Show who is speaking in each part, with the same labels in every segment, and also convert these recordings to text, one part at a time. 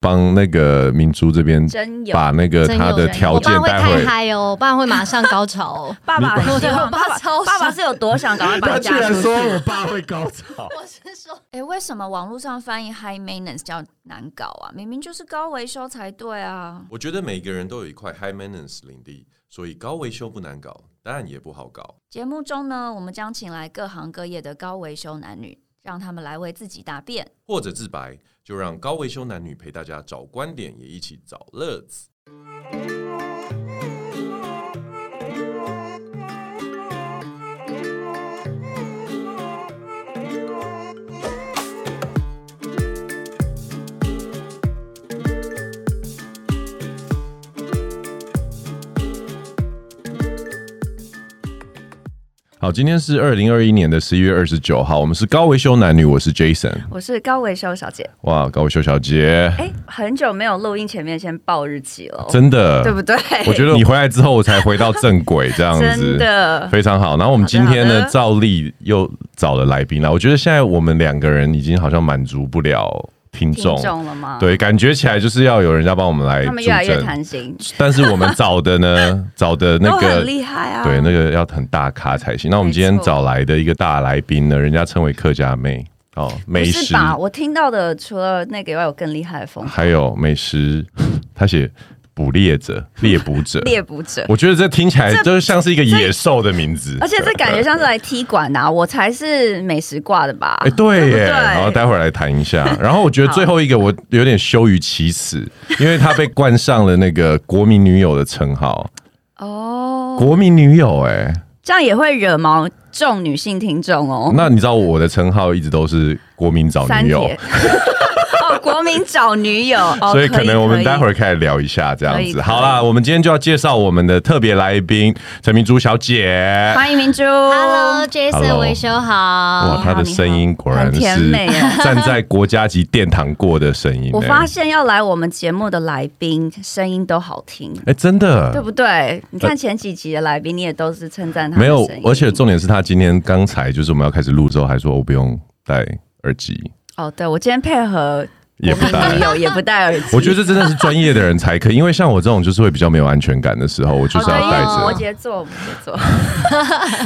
Speaker 1: 帮那个明珠这边
Speaker 2: 真有
Speaker 1: 把那个
Speaker 3: 真有
Speaker 1: 他的
Speaker 3: 人
Speaker 1: 条
Speaker 3: 我
Speaker 1: 件
Speaker 3: 爸会
Speaker 1: 带
Speaker 3: 太
Speaker 1: 回。
Speaker 3: 嗨哦，我爸会马上高潮哦。
Speaker 2: 爸爸很希
Speaker 3: 我
Speaker 2: 望，
Speaker 3: 爸
Speaker 2: 爸爸
Speaker 3: 超
Speaker 2: 爸爸是有多想赶快把
Speaker 1: 他
Speaker 2: 你
Speaker 1: 居
Speaker 2: 嫁
Speaker 1: 然
Speaker 2: 出
Speaker 1: 说
Speaker 2: 去？
Speaker 1: 我爸会高潮，
Speaker 3: 我是说，
Speaker 4: 哎、为什么网络上翻译 high maintenance 叫难搞啊？明明就是高维修才对啊！
Speaker 5: 我觉得每个人都有一块 high maintenance 领地，所以高维修不难搞，当然也不好搞。
Speaker 4: 节目中呢，我们将请来各行各业的高维修男女，让他们来为自己答辩。
Speaker 5: 或者自白，就让高维修男女陪大家找观点，也一起找乐子。
Speaker 1: 好，今天是二零二一年的十一月二十九号，我们是高维修男女，我是 Jason。
Speaker 2: 我是高维修小姐，
Speaker 1: 哇，高维修小姐，
Speaker 2: 哎、很久没有录音，前面先报日期了，
Speaker 1: 真的，
Speaker 2: 对不对？
Speaker 1: 我觉得你回来之后，我才回到正轨，这样子
Speaker 2: 真的
Speaker 1: 非常好。然后我们今天
Speaker 2: 好的
Speaker 1: 呢，
Speaker 2: 好的
Speaker 1: 照例又找了来宾了。我觉得现在我们两个人已经好像满足不了听
Speaker 2: 听
Speaker 1: 众，
Speaker 2: 中了吗？，
Speaker 1: 对，感觉起来就是要有人家帮我们来
Speaker 2: 他
Speaker 1: 助
Speaker 2: 们越来越
Speaker 1: 阵。
Speaker 2: 贪心，
Speaker 1: 但是我们找的 呢，找的那
Speaker 2: 都
Speaker 1: 个
Speaker 2: 很厉害啊。
Speaker 1: 对，那个要很大咖才行。那我们今天找来的一个大来宾呢，人家称为客家妹哦，美
Speaker 2: 不
Speaker 1: 食
Speaker 2: 是吧？我听到的除了那个以外，有更 厉害的风。
Speaker 1: 还有美食， 他写捕猎者、猎捕者
Speaker 2: 猎捕者。
Speaker 1: 我觉得这听起来就是像是一个野兽的名字，
Speaker 2: 而且这感觉像是来踢馆的、啊，我才是美食挂的吧？
Speaker 1: 哎、对
Speaker 2: 不
Speaker 1: 耶，
Speaker 2: 对
Speaker 1: 然后待会儿来谈一下。然后我觉得最后一个我有点羞于启齿，因为他被冠上了那个国民女友的称号，
Speaker 2: 哦，
Speaker 1: 国民女友、哎，
Speaker 2: 这样也会惹毛众女性听众哦。
Speaker 1: 那你知道我的称号一直都是国民找
Speaker 2: 三
Speaker 1: 女友
Speaker 2: 铁， 哦，国民找女友，哦、
Speaker 1: 所以可能我们待会
Speaker 2: 儿
Speaker 1: 儿可以聊一下这样
Speaker 2: 可以
Speaker 1: 子。
Speaker 2: 可以
Speaker 1: 好啦，我们今天就要介绍我们的特别来宾陈明珠小姐。
Speaker 2: 欢迎明 珠
Speaker 1: Hello
Speaker 3: Hello，Jason 维修
Speaker 1: 哇，
Speaker 3: 好。
Speaker 1: 她的声音果然
Speaker 2: 很甜
Speaker 1: 是
Speaker 2: 美耶
Speaker 1: 站在国家级殿堂过的声音、
Speaker 2: 我
Speaker 1: 哎
Speaker 2: 发现要来我们节目的来宾声音都好听，
Speaker 1: 哎、真的，
Speaker 2: 对不对？你看前几集的来宾，你也都是称赞他
Speaker 1: 呃没
Speaker 2: 们的
Speaker 1: 有
Speaker 2: 声音，
Speaker 1: 而且重点是他今天刚才就是我们要开始录之后，还说哦我不用戴耳机，
Speaker 2: 哦，对我今天配合
Speaker 1: 也不戴。
Speaker 2: 有也不戴耳机，
Speaker 1: 我觉得这真的是专业的人才可以，因为像我这种就是会比较没有安全感的时候，我 就是要
Speaker 2: 好
Speaker 1: 戴
Speaker 2: 可以
Speaker 1: 着。
Speaker 2: 哦摩羯座，摩 羯座，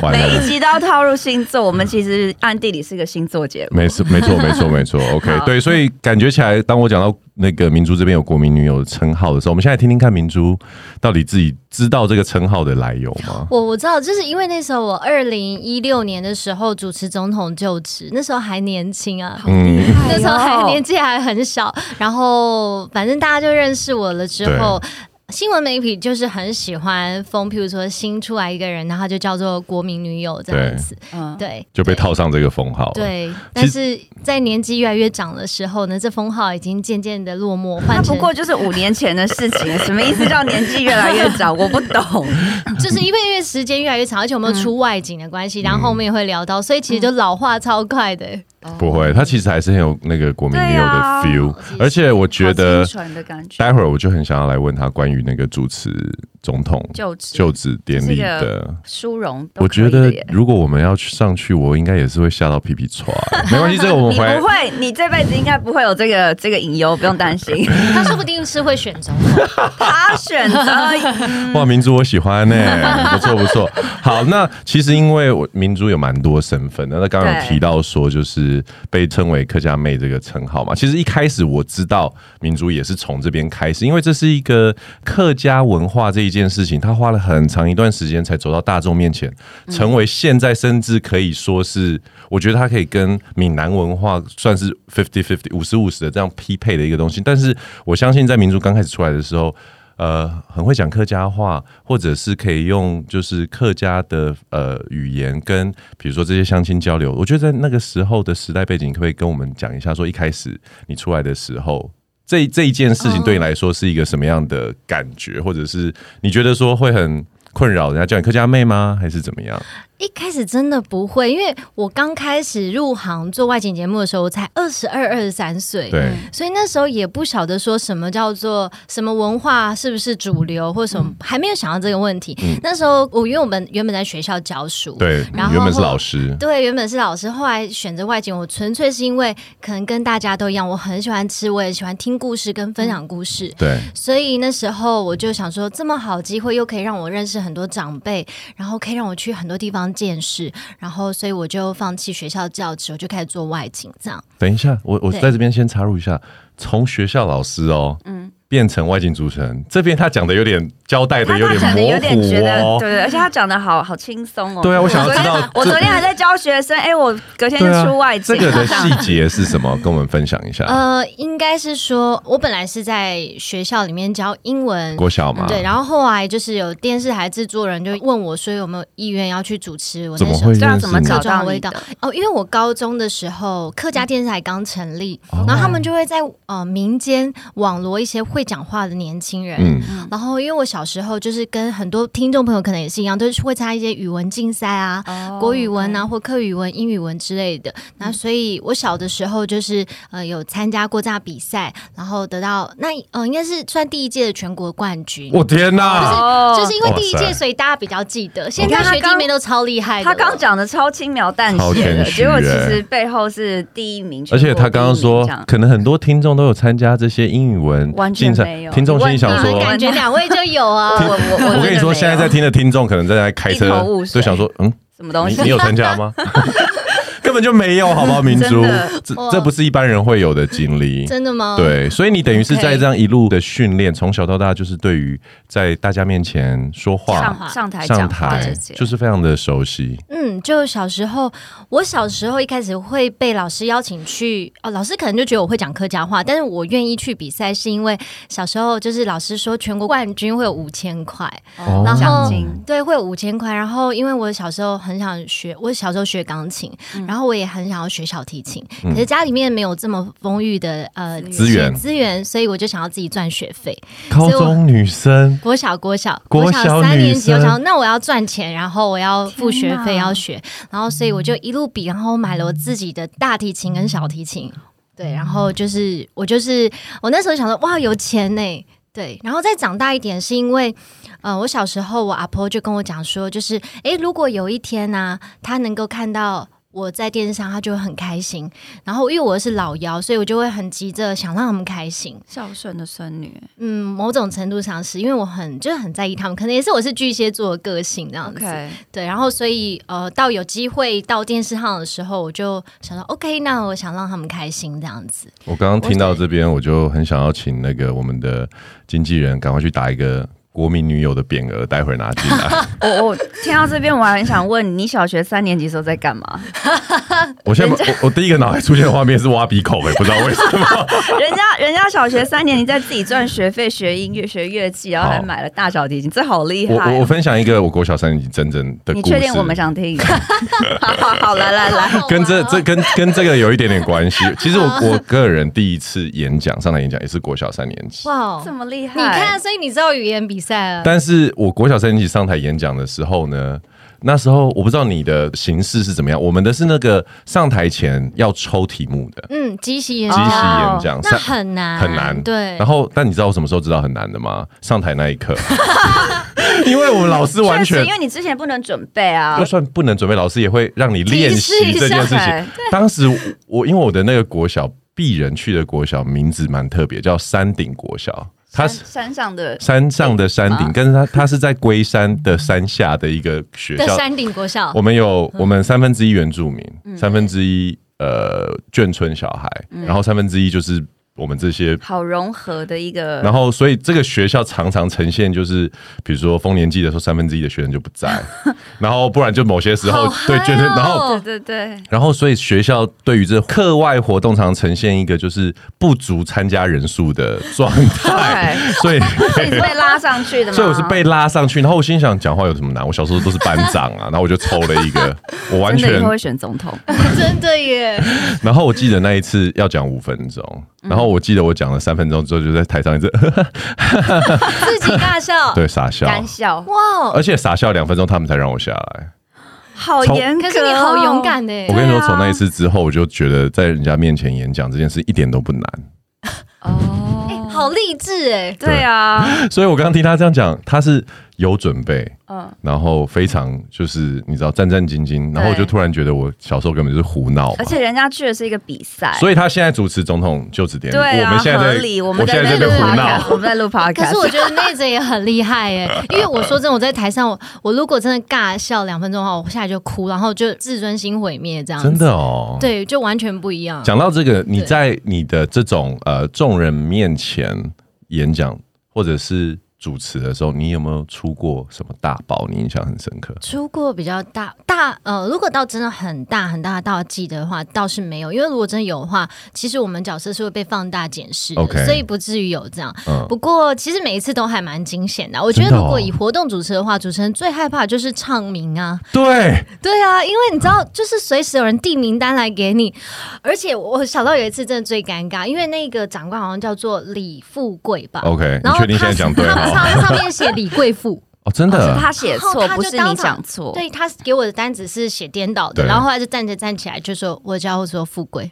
Speaker 1: 完
Speaker 2: 每
Speaker 1: 了
Speaker 2: 一，集都要套入星座。我们其实暗地里是个星座节目，
Speaker 1: 没事，没 错，没错，没错。OK，对，所以感觉起来，当我讲到那个明珠这边有国民女友的称号的时候，我们现在听听看明珠到底自己知道这个称号的来由吗？
Speaker 3: 我我知道，就是因为那时候我二零一六年的时候主持总统就职，那时候还年轻啊，
Speaker 1: 嗯，
Speaker 3: 那时候还年纪还很小，然后反正大家就认识我了之后。新闻媒体就是很喜欢封，譬如说新出来一个人，然后就叫做国民女友这样子，
Speaker 2: 嗯，
Speaker 3: 对，
Speaker 1: 就被套上这个封号了。
Speaker 3: 对。但是在年纪越来越长的时候呢，这封号已经渐渐的落寞，换
Speaker 2: 那不
Speaker 3: 成
Speaker 2: 过就是五年前的事情，什么意思？叫年纪越来越长，我不懂。
Speaker 3: 就是因为因为时间越来越长，而且我们有出外景的关系，然后后面也会聊到，所以其实就老化超快的。欸
Speaker 1: 不会，他其实还是很有那个国民女友的
Speaker 2: 对啊
Speaker 1: feel，、而且我觉
Speaker 2: 好
Speaker 1: 得
Speaker 2: 清纯的感觉，
Speaker 1: 待会儿我就很想要来问他关于那个主持总统
Speaker 2: 就职
Speaker 1: 就职典礼的。
Speaker 2: 殊荣都
Speaker 1: 我
Speaker 2: 可以
Speaker 1: 觉
Speaker 2: 的
Speaker 1: 得
Speaker 2: 耶，
Speaker 1: 如果我们要去上去，我应该也是会吓到屁屁 喘。没关系，这个我们
Speaker 2: 你
Speaker 1: 回来
Speaker 2: 不。会，你这辈子应该不会有这个这个隐忧，不用 担心。
Speaker 3: 他说不定是会选总统，
Speaker 2: 他选择
Speaker 1: 哇，明珠我喜欢呢、不错不错。好，那其实因为我明珠有蛮多身份的，那刚刚有
Speaker 2: 对
Speaker 1: 提到说就是被称为客家妹这个称号嘛。其实一开始我知道明珠也是从这边开始，因为这是一个客家文化这一件事情，她花了很长一段时间才走到大众面前，成为现在甚至可以说是，我觉得它可以跟闽南文化算是 fifty fifty 五十五十的这样匹配的一个东西。但是我相信在明珠刚开始出来的时候。呃，很会讲客家话，或者是可以用就是客家的呃语言跟比如说这些相亲交流，我觉得在那个时候的时代背景，可不可以跟我们讲一下，说一开始你出来的时候，这这一件事情对你来说是一个什么样的感觉，或者是你觉得说会很困扰人家叫你客家妹吗？还是怎么样？
Speaker 3: 一开始真的不会，因为我刚开始入行做外景节目的时候，我才二十二、二十三岁，
Speaker 1: 对，
Speaker 3: 所以那时候也不晓得说什么叫做什么文化是不是主流或什么，还没有想到这个问题。那时候我因为我们原本在学校教书，
Speaker 1: 对，
Speaker 3: 然后
Speaker 1: 原本是老师，
Speaker 3: 对，原本是老师，后来选择外景，我纯粹是因为可能跟大家都一样，我很喜欢吃，我也喜欢听故事跟分享故事，
Speaker 1: 对
Speaker 3: 所以那时候我就想说，这么好的机会又可以让我认识很多长辈，然后可以让我去很多地方见识，然后所以我就放弃学校教职，我就开始做外景这样。
Speaker 1: 等一下，我我
Speaker 3: 对
Speaker 1: 在这边先插入一下，从学校老师哦，
Speaker 2: 嗯
Speaker 1: 变成外景主持人，这边他讲的有点交代的
Speaker 2: 他
Speaker 1: 有
Speaker 2: 他
Speaker 1: 点
Speaker 2: 讲的有点觉得，
Speaker 1: 模糊哦。
Speaker 2: 对对，而且他讲的好好轻松哦。
Speaker 1: 对啊，我想要
Speaker 2: 昨
Speaker 1: 知
Speaker 2: 天
Speaker 1: 道
Speaker 2: 我
Speaker 1: 这
Speaker 2: 昨天还在教学生，哎，我隔天就
Speaker 1: 对啊
Speaker 2: 出外景嗯
Speaker 1: 这个的
Speaker 2: 这样
Speaker 1: 细节是什么？跟我们分享一下。
Speaker 3: 呃，应该是说，我本来是在学校里面教英文。
Speaker 1: 国啊小嘛，
Speaker 3: 对，然后后来就是有电视台制作人就问我说有没有意愿要去主持我
Speaker 1: 怎
Speaker 3: 那
Speaker 1: 么
Speaker 3: 时候
Speaker 1: 会
Speaker 2: 这样
Speaker 1: 认识
Speaker 2: 怎么
Speaker 1: 你
Speaker 2: 找
Speaker 3: 各种
Speaker 2: 到
Speaker 3: 味
Speaker 2: 你
Speaker 3: 道
Speaker 2: 的？
Speaker 3: 哦，因为我高中的时候客家电视台刚成立，
Speaker 1: 哦
Speaker 3: 然后他们就会在呃民间网罗一些会讲话的年轻人，
Speaker 1: 嗯，
Speaker 3: 然后，因为我小时候就是跟很多听众朋友可能也是一样，都是会参加一些语文竞赛啊、
Speaker 4: 哦
Speaker 3: 国语文啊
Speaker 4: OK
Speaker 3: 或课语文、英语文之类的。那所以，我小的时候就是呃有参加过这样比赛，然后得到那呃应该是算第一届的全国冠军。
Speaker 1: 我天哪！
Speaker 2: 哦
Speaker 3: 就是因为第一
Speaker 1: 哇
Speaker 3: 届，
Speaker 1: 塞
Speaker 3: 所以大家比较记得。现在学弟妹都超厉害的
Speaker 2: 哦他
Speaker 3: 了。
Speaker 2: 刚讲的超轻描淡
Speaker 1: 超
Speaker 2: 写
Speaker 1: 谦
Speaker 2: 的，
Speaker 1: 虚
Speaker 2: 结果其
Speaker 1: 欸
Speaker 2: 实背后是第一名，
Speaker 1: 而且
Speaker 2: 全国
Speaker 1: 他刚刚
Speaker 2: 第一名
Speaker 1: 说
Speaker 2: 这样，
Speaker 1: 可能很多听众都有参加这些英语文
Speaker 2: 完全
Speaker 1: 竞
Speaker 2: 没
Speaker 1: 赛，
Speaker 2: 有
Speaker 1: 听众心里想
Speaker 3: 你
Speaker 1: 说
Speaker 3: 们，嗯感觉两位就 有啊。
Speaker 2: 我我
Speaker 1: 我跟你
Speaker 2: 真的
Speaker 1: 说，
Speaker 2: 没
Speaker 1: 现在
Speaker 2: 有
Speaker 1: 在听的听众可能正在开
Speaker 2: 一
Speaker 1: 车
Speaker 2: 头雾，水
Speaker 1: 就想说，嗯，
Speaker 2: 什么东
Speaker 1: 你
Speaker 2: 西
Speaker 1: 你？有参加吗？ 根本就没有，好不好？明珠
Speaker 2: 真的，
Speaker 1: 这
Speaker 3: 哇
Speaker 1: 这不是一般人会有的经历。
Speaker 3: 真的吗？。
Speaker 1: 对，所以你等于是
Speaker 3: OK
Speaker 1: 在这样一路的训练，从小到大就是对于在大家面前说话、
Speaker 4: 上上台
Speaker 1: 上
Speaker 4: 讲话
Speaker 1: 台
Speaker 4: 这，些，
Speaker 1: 就是非常的熟悉。
Speaker 3: 嗯，就小时候，我小时候一开始会被老师邀请去，哦，老师可能就觉得我会讲客家话，但是我愿意去比赛，是因为小时候就是老师说全国冠军会有五千块，
Speaker 1: 哦
Speaker 3: 然
Speaker 4: 奖
Speaker 3: 后
Speaker 4: 金。
Speaker 3: 对，会有五千块。然后因为我小时候很想学，我小时候学钢琴，
Speaker 1: 嗯
Speaker 3: 然后我也很想要学小提琴，可是家里面没有这么丰裕的呃
Speaker 1: 资源
Speaker 3: 资源，所以我就想要自己赚学费。
Speaker 1: 高
Speaker 3: 我
Speaker 1: 中女生，
Speaker 3: 国小国小
Speaker 1: 嗯国
Speaker 3: 国
Speaker 1: 小
Speaker 3: 小三
Speaker 1: 女
Speaker 3: 年级，我
Speaker 1: 生
Speaker 3: 想那我要赚钱，然后我要付学费，
Speaker 4: 天哪
Speaker 3: 要学，然后所以我就一路比，然后我买了我自己的大提琴跟小提琴，对，然后就是我就是我那时候想说哇有钱呢、对，然后再长大一点，是因为，呃，我小时候我阿婆就跟我讲说，就是，诶，如果有一天呢、她能够看到我在电视上，她就会很开心。然后因为我是老幺，所以我就会很急着想让他们开心。
Speaker 4: 孝顺的孙女，
Speaker 3: 嗯，某种程度上是因为我很就是很在意他们，可能也是我是巨蟹座的个性这样子。
Speaker 4: OK，
Speaker 3: 对，然后所以呃，到有机会到电视上的时候，我就想到 OK，那我想让他们开心这样子。
Speaker 1: 我刚刚听到这边，我就很想要请那个我们的经纪人赶快去打一个国民女友的匾额，待会儿拿进来。
Speaker 2: 我我听到这边，我还很想问你，小学三年级时候在干 嘛？
Speaker 1: 我现在我我第一个脑海出现的画面是挖鼻孔，哎，不知道为什么。
Speaker 2: 人家人家小学三年级在自己赚学费学音乐学乐器，然后还买了大小提琴，这好厉
Speaker 1: 我
Speaker 2: 害
Speaker 1: 我
Speaker 2: 哦、
Speaker 1: 我分享一个我国小三年级真正的故事。
Speaker 2: 你确定我们想 听？好好好，来来来，
Speaker 3: 好
Speaker 1: 跟这
Speaker 3: 玩哦
Speaker 1: 这跟跟这个有一点点关 系。其实我我个人第一次演讲上台演讲也是国小三年级，
Speaker 3: 哇哦，
Speaker 2: 这么厉害？
Speaker 3: 你看，，所以你知道语言比赛
Speaker 2: 嗯
Speaker 3: 了。
Speaker 1: 但是我国小三年级上台演讲的时候呢，那时候我不知道你的形式是怎么样，我们的是那个上台前要抽题目的
Speaker 3: 嗯，即席演
Speaker 1: 即
Speaker 3: 讲
Speaker 1: 席演
Speaker 2: 哦
Speaker 1: 讲，
Speaker 3: 那
Speaker 1: 上
Speaker 3: 很难，
Speaker 1: 很难。
Speaker 3: 对
Speaker 1: 然，后，但你知道我什么时候知道很难的吗？上台那一刻， 因为我们老师完
Speaker 2: 确
Speaker 1: 全
Speaker 2: 实，因为你之前不能准备啊
Speaker 1: 就。算不能准备，老师也会让你练习
Speaker 3: 提示
Speaker 1: 这
Speaker 3: 一下
Speaker 1: 件事情
Speaker 2: 对。
Speaker 1: 当时我我因为我的那个国小鄙人去的国小名字蛮特别，叫山顶国小，它
Speaker 2: 山
Speaker 1: 是。
Speaker 2: 山上的
Speaker 1: 山上的山顶，
Speaker 2: 啊
Speaker 1: 跟它它是在龟山的山下的一个学
Speaker 3: 的
Speaker 1: 校。
Speaker 3: 山嗯顶国校
Speaker 1: 我，们有我们三分之一原住民，三分之一呃眷村小孩，
Speaker 3: 嗯
Speaker 1: 然后三分之一就是我们这些
Speaker 2: 好融合的一个，
Speaker 1: 然后，所以这个学校常常呈现就是，比如说丰年祭的时候，三分之一的学生就不 在，然后不然就某些时候
Speaker 3: 好嗨
Speaker 1: 对觉得，
Speaker 3: 哦
Speaker 1: 然后
Speaker 2: 对对对，
Speaker 1: 然后所以学校对于这课外活动常呈现一个就是不足参加人数的状态，所以。
Speaker 2: 所以你是啊被拉上去的吗？
Speaker 1: 所以我是被拉上去，然后我心想讲话有什么难？我小时候都是班长啊，然后我就抽了一 个，我完
Speaker 2: 真的
Speaker 1: 全
Speaker 2: 以后会选总统，
Speaker 3: 真的耶，
Speaker 2: 嗯
Speaker 1: 然后我记得那一次要讲五分钟，然后后我记得我讲了三分钟之后，就在台上一直
Speaker 3: 自己大笑，
Speaker 1: 对啊傻笑，
Speaker 2: 干笑，
Speaker 3: 哇，
Speaker 1: 而且傻笑两分钟，他们才让我下来。
Speaker 2: 好
Speaker 1: 从
Speaker 2: 严格、
Speaker 3: 可
Speaker 2: 哦，
Speaker 3: 是你好勇敢哎
Speaker 1: 我，跟你说，
Speaker 2: 对啊
Speaker 1: 从那一次之后，我就觉得在人家面前演讲这件事一点都不难。
Speaker 4: 哦，
Speaker 3: 哎好励志哎，
Speaker 2: 对啊，
Speaker 1: 所以我刚刚听他这样讲，他是有准备，
Speaker 2: 嗯，
Speaker 1: 然后非常就是你知道战战兢兢，然后我就
Speaker 2: 对
Speaker 1: 突然觉得我小时候根本就是胡闹嘛
Speaker 2: 而。且人家去的是一个比赛，
Speaker 1: 所以他现在主持总统就职典礼，
Speaker 2: 对
Speaker 1: 我
Speaker 2: 啊，
Speaker 1: 们现在
Speaker 2: 合
Speaker 1: 在
Speaker 2: 理，我
Speaker 1: 我
Speaker 2: 们
Speaker 1: 现
Speaker 2: 在
Speaker 1: 在在
Speaker 2: 录
Speaker 1: 被
Speaker 3: 录
Speaker 1: 胡
Speaker 2: podcast，
Speaker 1: 闹。
Speaker 2: 我们在录 podcast，
Speaker 3: 可是我觉得妹子也很厉害哎、因为我说真的，我在台上，我我如果真的尬笑两分钟的话，我下来就哭，然后就自尊心毁灭这样子。
Speaker 1: 真的哦，
Speaker 3: 对，啊就完全不一样。
Speaker 1: 讲到这个，你
Speaker 3: 对
Speaker 1: 在你的这种呃众人面前演讲或者是主持的时候，你有没有出过什么大包？你印象很深刻？
Speaker 3: 出过比较大大呃，如果到真的很大很大的道记的话，倒是没有，因为如果真的有的话，其实我们角色是会被放大检视的
Speaker 1: OK
Speaker 3: 所以不至于有这样。
Speaker 1: 嗯，
Speaker 3: 不过其实每一次都还蛮惊险的。我觉
Speaker 1: 真
Speaker 3: 得
Speaker 1: 的哦
Speaker 3: 如果以活动主持的话，主持人最害怕就是唱名啊，
Speaker 1: 对，
Speaker 3: 对啊，因为你知道，就是随时有人递名单来给你，而且我想到有一次真的最尴尬，因为那个长官好像叫做李富贵吧。
Speaker 1: OK，你
Speaker 3: 然后
Speaker 1: 确定现
Speaker 3: 他
Speaker 1: 在讲对
Speaker 3: 他们
Speaker 1: 哈？
Speaker 3: 上上面写李贵 妇，
Speaker 1: 哦，真
Speaker 2: 哦
Speaker 1: 的
Speaker 2: 是，他写错
Speaker 3: 然后，他就
Speaker 2: 不是你
Speaker 3: 当场
Speaker 2: 讲错，
Speaker 3: 对他给我的单子是写颠倒的，
Speaker 1: 哦对
Speaker 3: 然后后来就站着站起来就说我叫我说富贵，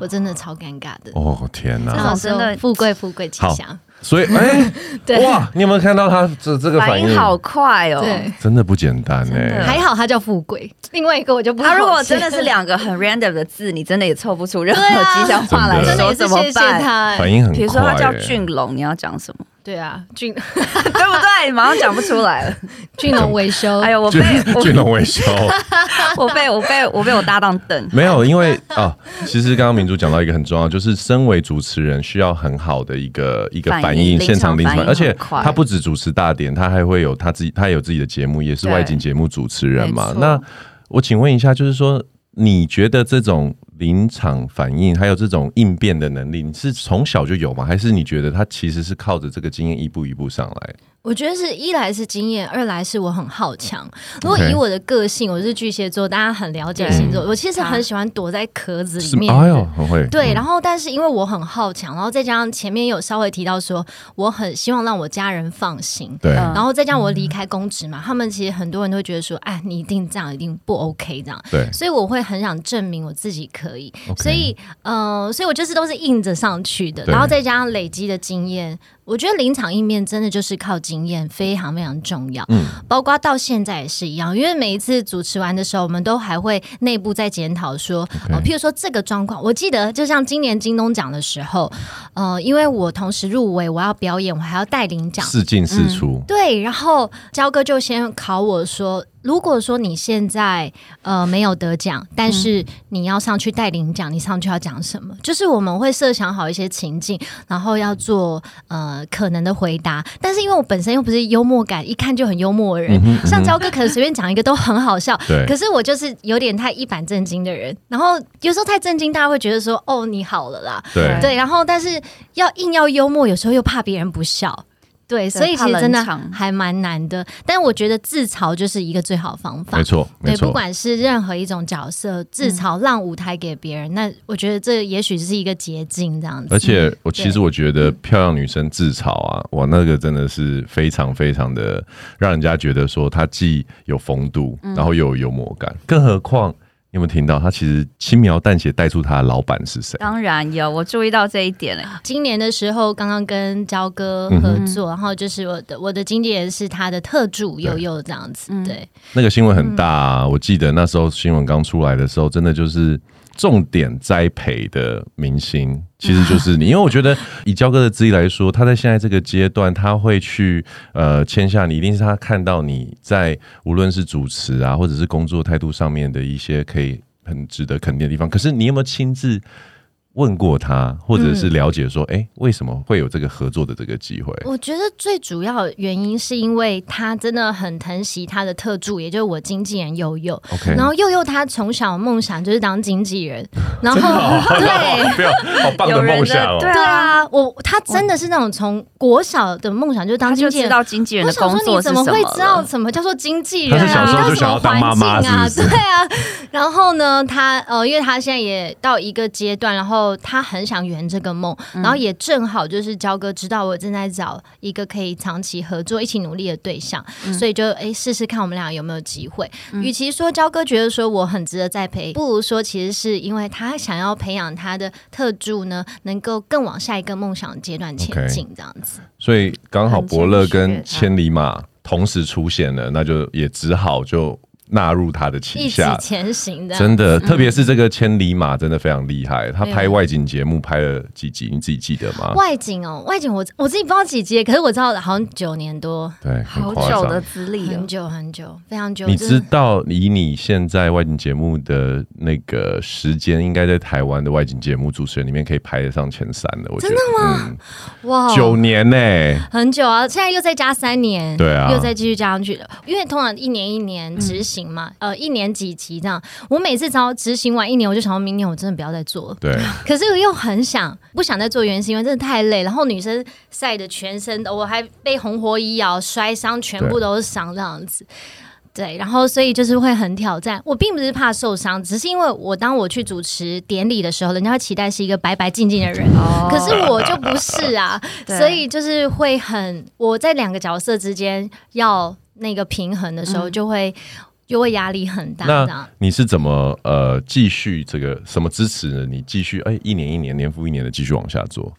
Speaker 3: 我真的超尴尬的。
Speaker 1: 啊哦天
Speaker 2: 这
Speaker 1: 哪！
Speaker 2: 种真的
Speaker 3: 然后说富贵富贵吉
Speaker 1: 好
Speaker 3: 祥，
Speaker 1: 所以，哎，
Speaker 3: 对
Speaker 1: 哇，你有没有看到他这这个
Speaker 2: 反
Speaker 1: 反
Speaker 2: 应
Speaker 1: 应？
Speaker 2: 好快哦。
Speaker 3: 对，
Speaker 1: 真的不简单
Speaker 2: 真的
Speaker 1: 哎
Speaker 3: 还。好他叫富贵，另外一个我就不好
Speaker 2: 他
Speaker 3: 写。
Speaker 2: 如果真的是两个很 random 的字，你真的也凑不出任何
Speaker 3: 对啊
Speaker 2: 吉祥话来
Speaker 1: 真
Speaker 3: 真的
Speaker 2: 说，
Speaker 3: 也是
Speaker 2: 怎么
Speaker 3: 谢谢
Speaker 2: 办？
Speaker 3: 他，哎
Speaker 1: 反应很快、
Speaker 2: 比
Speaker 1: 欸，
Speaker 2: 如说他叫俊龙，你要讲什么？
Speaker 3: 对啊，俊
Speaker 2: 对不对？马上讲不出来 了。
Speaker 3: 俊龙维修，
Speaker 2: 哎呦，我被
Speaker 1: 俊 俊龙维修，
Speaker 2: 我我被我被我被我搭档瞪。
Speaker 1: 没有，因为啊，其实刚刚明珠讲到一个很重要，就是身为主持人需要很好的一个一个反
Speaker 2: 反
Speaker 1: 应，
Speaker 2: 应
Speaker 1: 现场临场反应，
Speaker 2: 临场反应
Speaker 1: 而且
Speaker 2: 很快
Speaker 1: 他不止主持大典，他还会有他自己，他有自己的节目，也是
Speaker 2: 对
Speaker 1: 外景节目主持人嘛
Speaker 2: 没。错
Speaker 1: 那我请问一下，就是说，你觉得这种临场反应还有这种应变的能力，你是从小就有吗？还是你觉得他其实是靠着这个经验一步一步上来？
Speaker 3: 我觉得是一来是经验，二来是我很好强。如果
Speaker 1: OK
Speaker 3: 以我的个性，我是巨蟹座，大家很了解星座，我其实很喜欢躲在壳子里
Speaker 1: 嗯是吗？
Speaker 3: 面。
Speaker 1: 哎呦，很会。
Speaker 3: 对，
Speaker 1: 嗯
Speaker 3: 然后但是因为我很好强，然后再加上前面有稍微提到说，我很希望让我家人放心，
Speaker 1: 对，
Speaker 2: 嗯
Speaker 3: 然后再加上我离开公职嘛，他们其实很多人都会觉得说，哎，你一定这样，一定不 OK 这样，
Speaker 1: 对
Speaker 3: 所以我会很想证明我自己可以，
Speaker 1: OK
Speaker 3: 所以呃，所以我就是都是硬着上去的，
Speaker 1: 对
Speaker 3: 然后再加上累积的经验，我觉得临场应变真的就是靠经验，非常非常重要。
Speaker 1: 嗯，
Speaker 3: 包括到现在也是一样，因为每一次主持完的时候，我们都还会内部在检讨说，哦，譬如说这个状况，我记得就像今年金钟奖的时候，呃，因为我同时入围，我要表演，我还要带领奖，
Speaker 1: 是进是出，
Speaker 3: 对，然后焦哥就先考我说，如果说你现在呃没有得奖，
Speaker 1: 嗯
Speaker 3: 但是你要上去带领奖，你上去要讲什么？就是我们会设想好一些情境，然后要做呃可能的回答。但是因为我本身又不是幽默感，一看就很幽默的人，
Speaker 1: 嗯哼
Speaker 3: 像焦哥可能随便讲一个都很好笑，
Speaker 1: 对
Speaker 3: 嗯可是我就是有点太一板正经的人，然后有时候太正经，大家会觉得说哦你好了啦，
Speaker 1: 对
Speaker 3: 对，然后但是要硬要幽默，有时候又怕别人不笑。对，所以
Speaker 2: 怕
Speaker 3: 其实真的
Speaker 2: 冷场
Speaker 3: 还蛮难的，但我觉得自嘲就是一个最好方法
Speaker 1: 没。错没
Speaker 3: 对，不
Speaker 1: 错。
Speaker 3: 管是任何一种角色，自
Speaker 2: 嗯
Speaker 3: 嘲让舞台给别人，那我觉得这也许是一个捷径，这样子。
Speaker 1: 而且我其
Speaker 3: 对
Speaker 1: 实我觉得漂亮女生自嘲啊，哇，那个真的是非常非常的让人家觉得说她既有风度，
Speaker 3: 嗯
Speaker 1: 然后又有幽默感。更何况你有没有听到，她其实轻描淡写带出她的老板是谁？
Speaker 2: 当然有，我注意到这一点嘞。
Speaker 3: 今年的时候，刚刚跟焦哥
Speaker 1: 嗯
Speaker 3: 合作，然后就是我的我的经纪人是他的特助悠悠这样子。
Speaker 2: 嗯
Speaker 3: 对，
Speaker 1: 那个新闻很大、啊，我记得那时候新闻刚出来的时候，真的就是重点栽培的明星，其实就是你。因为我觉得以焦哥的资历来说，他在现在这个阶段，他会去呃签下你，一定是他看到你在无论是主持啊，或者是工作态度上面的一些可以很值得肯定的地方。可是你有没有亲自？问过他，或者是了解说，哎、为什么会有这个合作的这个机会？
Speaker 3: 我觉得最主要原因是因为他真的很疼惜他的特助，也就是我经纪人悠悠。
Speaker 1: OK
Speaker 3: 然后佑佑他从小梦想就是当经纪人，然后、
Speaker 1: 哦
Speaker 3: 对。
Speaker 1: 不要，好棒
Speaker 2: 有人的对
Speaker 3: 对
Speaker 2: 啊，
Speaker 3: 啊，我他真的是那种从国小的梦想就是当
Speaker 2: 他
Speaker 3: 经
Speaker 2: 就
Speaker 3: 纪
Speaker 2: 知
Speaker 3: 人。
Speaker 2: 道经纪人
Speaker 3: 我
Speaker 2: 的
Speaker 3: 想
Speaker 2: 工
Speaker 3: 说
Speaker 2: 作是
Speaker 3: 你怎
Speaker 2: 什
Speaker 3: 么会
Speaker 2: 了
Speaker 3: 知道什么叫做经纪人
Speaker 1: 他
Speaker 3: 啊？
Speaker 1: 是小时候
Speaker 3: 你
Speaker 1: 就
Speaker 3: 知道
Speaker 1: 想要
Speaker 3: 什么
Speaker 1: 当妈妈
Speaker 3: 环境啊？
Speaker 1: 是不是
Speaker 3: 对啊。然后呢，他呃，因为他现在也到一个阶段，然后后他很想圆这个梦，
Speaker 2: 嗯
Speaker 3: 然后也正好就是焦哥知道我正在找一个可以长期合作、一起努力的对象，
Speaker 2: 嗯
Speaker 3: 所以就哎试试看我们俩有没有机会。与其说焦哥觉得说我很值得栽培，不如说其实是因为他想要培养他的特助呢，能够更往下一个梦想阶段前
Speaker 1: OK
Speaker 3: 进，这样子。
Speaker 1: 所以刚好伯乐跟
Speaker 2: 很谦虚
Speaker 1: 千里马同时出现了，那就也只好就纳入他的旗
Speaker 3: 一起
Speaker 1: 下。
Speaker 3: 前行的。
Speaker 1: 真的，特别是这个千里马真的非常厉害，他
Speaker 3: 对
Speaker 1: 拍外景节目拍了几集，你自己记得吗？
Speaker 3: 外景哦，外景我我自己不知道几集，可是我知道好像九年多，
Speaker 1: 对，很
Speaker 2: 好
Speaker 1: 夸
Speaker 2: 久的
Speaker 1: 张。
Speaker 2: 资历哦
Speaker 3: 很。久很久，非常久。
Speaker 1: 哎你
Speaker 3: 就
Speaker 1: 知
Speaker 3: 是
Speaker 1: 道以你现在外景节目的那个时间，应该在台湾的外景节目主持人里面可以排得上前三的。我觉得吗？
Speaker 3: 哇
Speaker 1: 嗯，九年呢、
Speaker 3: 很久啊，现在又再加三年，
Speaker 1: 对啊
Speaker 3: 又再继续加上去了。因为通常一年一年执行嘛，
Speaker 1: 嗯
Speaker 3: 呃，一年几集这样。我每次只要执行完一年，我就想到明年我真的不要再做了。
Speaker 1: 对，
Speaker 3: 可是我又很想不想再做原因是因为真的太累，然后女生晒的全身，我还被红火蚁咬，摔伤，全部都是伤这样子。对，然后所以就是会很挑战。我并不是怕受伤，只是因为我当我去主持典礼的时候，人家会期待是一个白白净净的人，
Speaker 2: 哦
Speaker 3: 可是我就不是 啊，
Speaker 2: 对
Speaker 3: 所以就是会很我在两个角色之间要那个平衡的时候，就会、就会压力很大。这样
Speaker 1: 那你是怎么呃继续这个什么支持你继续哎、一年一年年复一年的继续往下做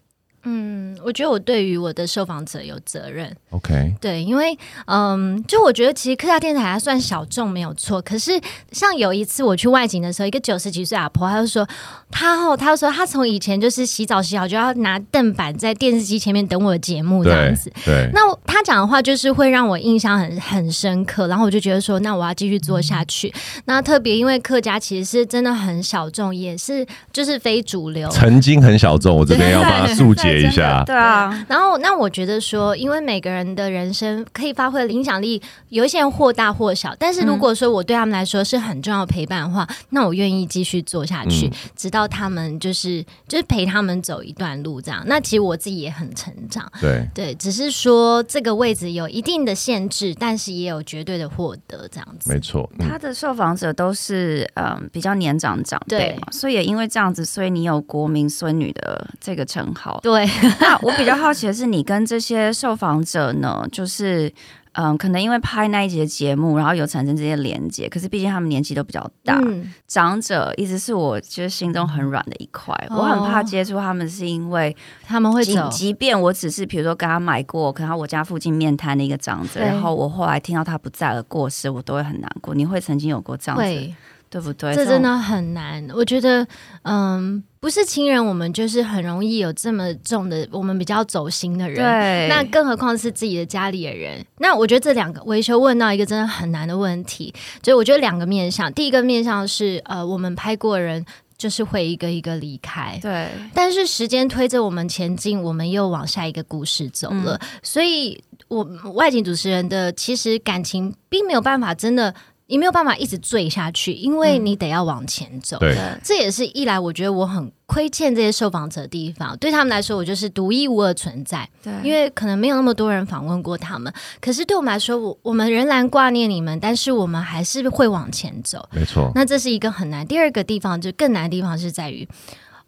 Speaker 3: 嗯，我觉得我对于我的受访者有责任。
Speaker 1: ？OK，
Speaker 3: 对，因为嗯，就我觉得其实客家电台还算小众没有错，可是像有一次我去外景的时候，一个九十几岁阿婆，她就说她哦，她就说她从以前就是洗澡洗好就要拿凳板在电视机前面等我的节目这样
Speaker 1: 对
Speaker 3: 子。
Speaker 1: 对，
Speaker 3: 那我她讲的话就是会让我印象很很深刻，然后我就觉得说，那我要继续做下去。那特别因为客家其实是真的很小众，也是就是非主流，
Speaker 1: 曾经很小众，我这边要帮他速解一下。
Speaker 2: 对啊，
Speaker 3: 然后，那我觉得说，因为每个人的人生可以发挥的影响力，有一些人或大或小。但是如果说我对他们来说是很重要的陪伴的话，那我愿意继续做下去，
Speaker 1: 嗯
Speaker 3: 直到他们就是就是陪他们走一段路这样。那其实我自己也很成长，
Speaker 1: 对，
Speaker 3: 对，只是说这个位置有一定的限制，但是也有绝对的获得这样子。
Speaker 1: 没错，嗯，
Speaker 2: 他的受访者都是嗯比较年长长辈
Speaker 3: 对
Speaker 2: 嘛，所以也因为这样子，所以你有国民孙女的这个称 号。
Speaker 3: 对，
Speaker 2: 那我比较好奇的是，你跟这些受访者呢，就是嗯，可能因为拍那一节节目，然后有产生这些连接，可是毕竟他们年纪都比较大，
Speaker 3: 嗯，
Speaker 2: 长者一直是我就是心中很软的一块，
Speaker 3: 哦
Speaker 2: 我很怕接触他们，是因为
Speaker 3: 他们会
Speaker 2: 即
Speaker 3: 走，
Speaker 2: 即便我只是比如说跟他买过，可能他我家附近面摊的一个长者，
Speaker 3: 对
Speaker 2: 然后我后来听到他不在了过世，我都会很难过。你会曾经有过这样子，
Speaker 3: 会。
Speaker 2: 对不对？
Speaker 3: 这真
Speaker 2: 种
Speaker 3: 的很难。我觉得，嗯，不是亲人，我们就是很容易有这么重的，我们比较走心的人。
Speaker 2: 对，
Speaker 3: 那更何况是自己的家里的人。那我觉得这两个维修问到一个真的很难的问题，所以我觉得两个面向。第一个面向是，呃，我们拍过的人就是会一个一个离开，
Speaker 2: 对
Speaker 3: 但是时间推着我们前进，我们又往下一个故事走了。所以我，外景主持人的其实感情并没有办法真的。你没有办法一直坠下去，因为你得要往前走。
Speaker 1: 对，
Speaker 3: 这也是一来我觉得我很亏欠这些受访者的地方，对他们来说我就是独一无二存在，
Speaker 2: 对，
Speaker 3: 因为可能没有那么多人访问过他们。可是对我们来说，我我们仍然挂念你们，但是我们还是会往前走。
Speaker 1: 没错，
Speaker 3: 那这是一个很难。第二个地方就更难的地方是在于，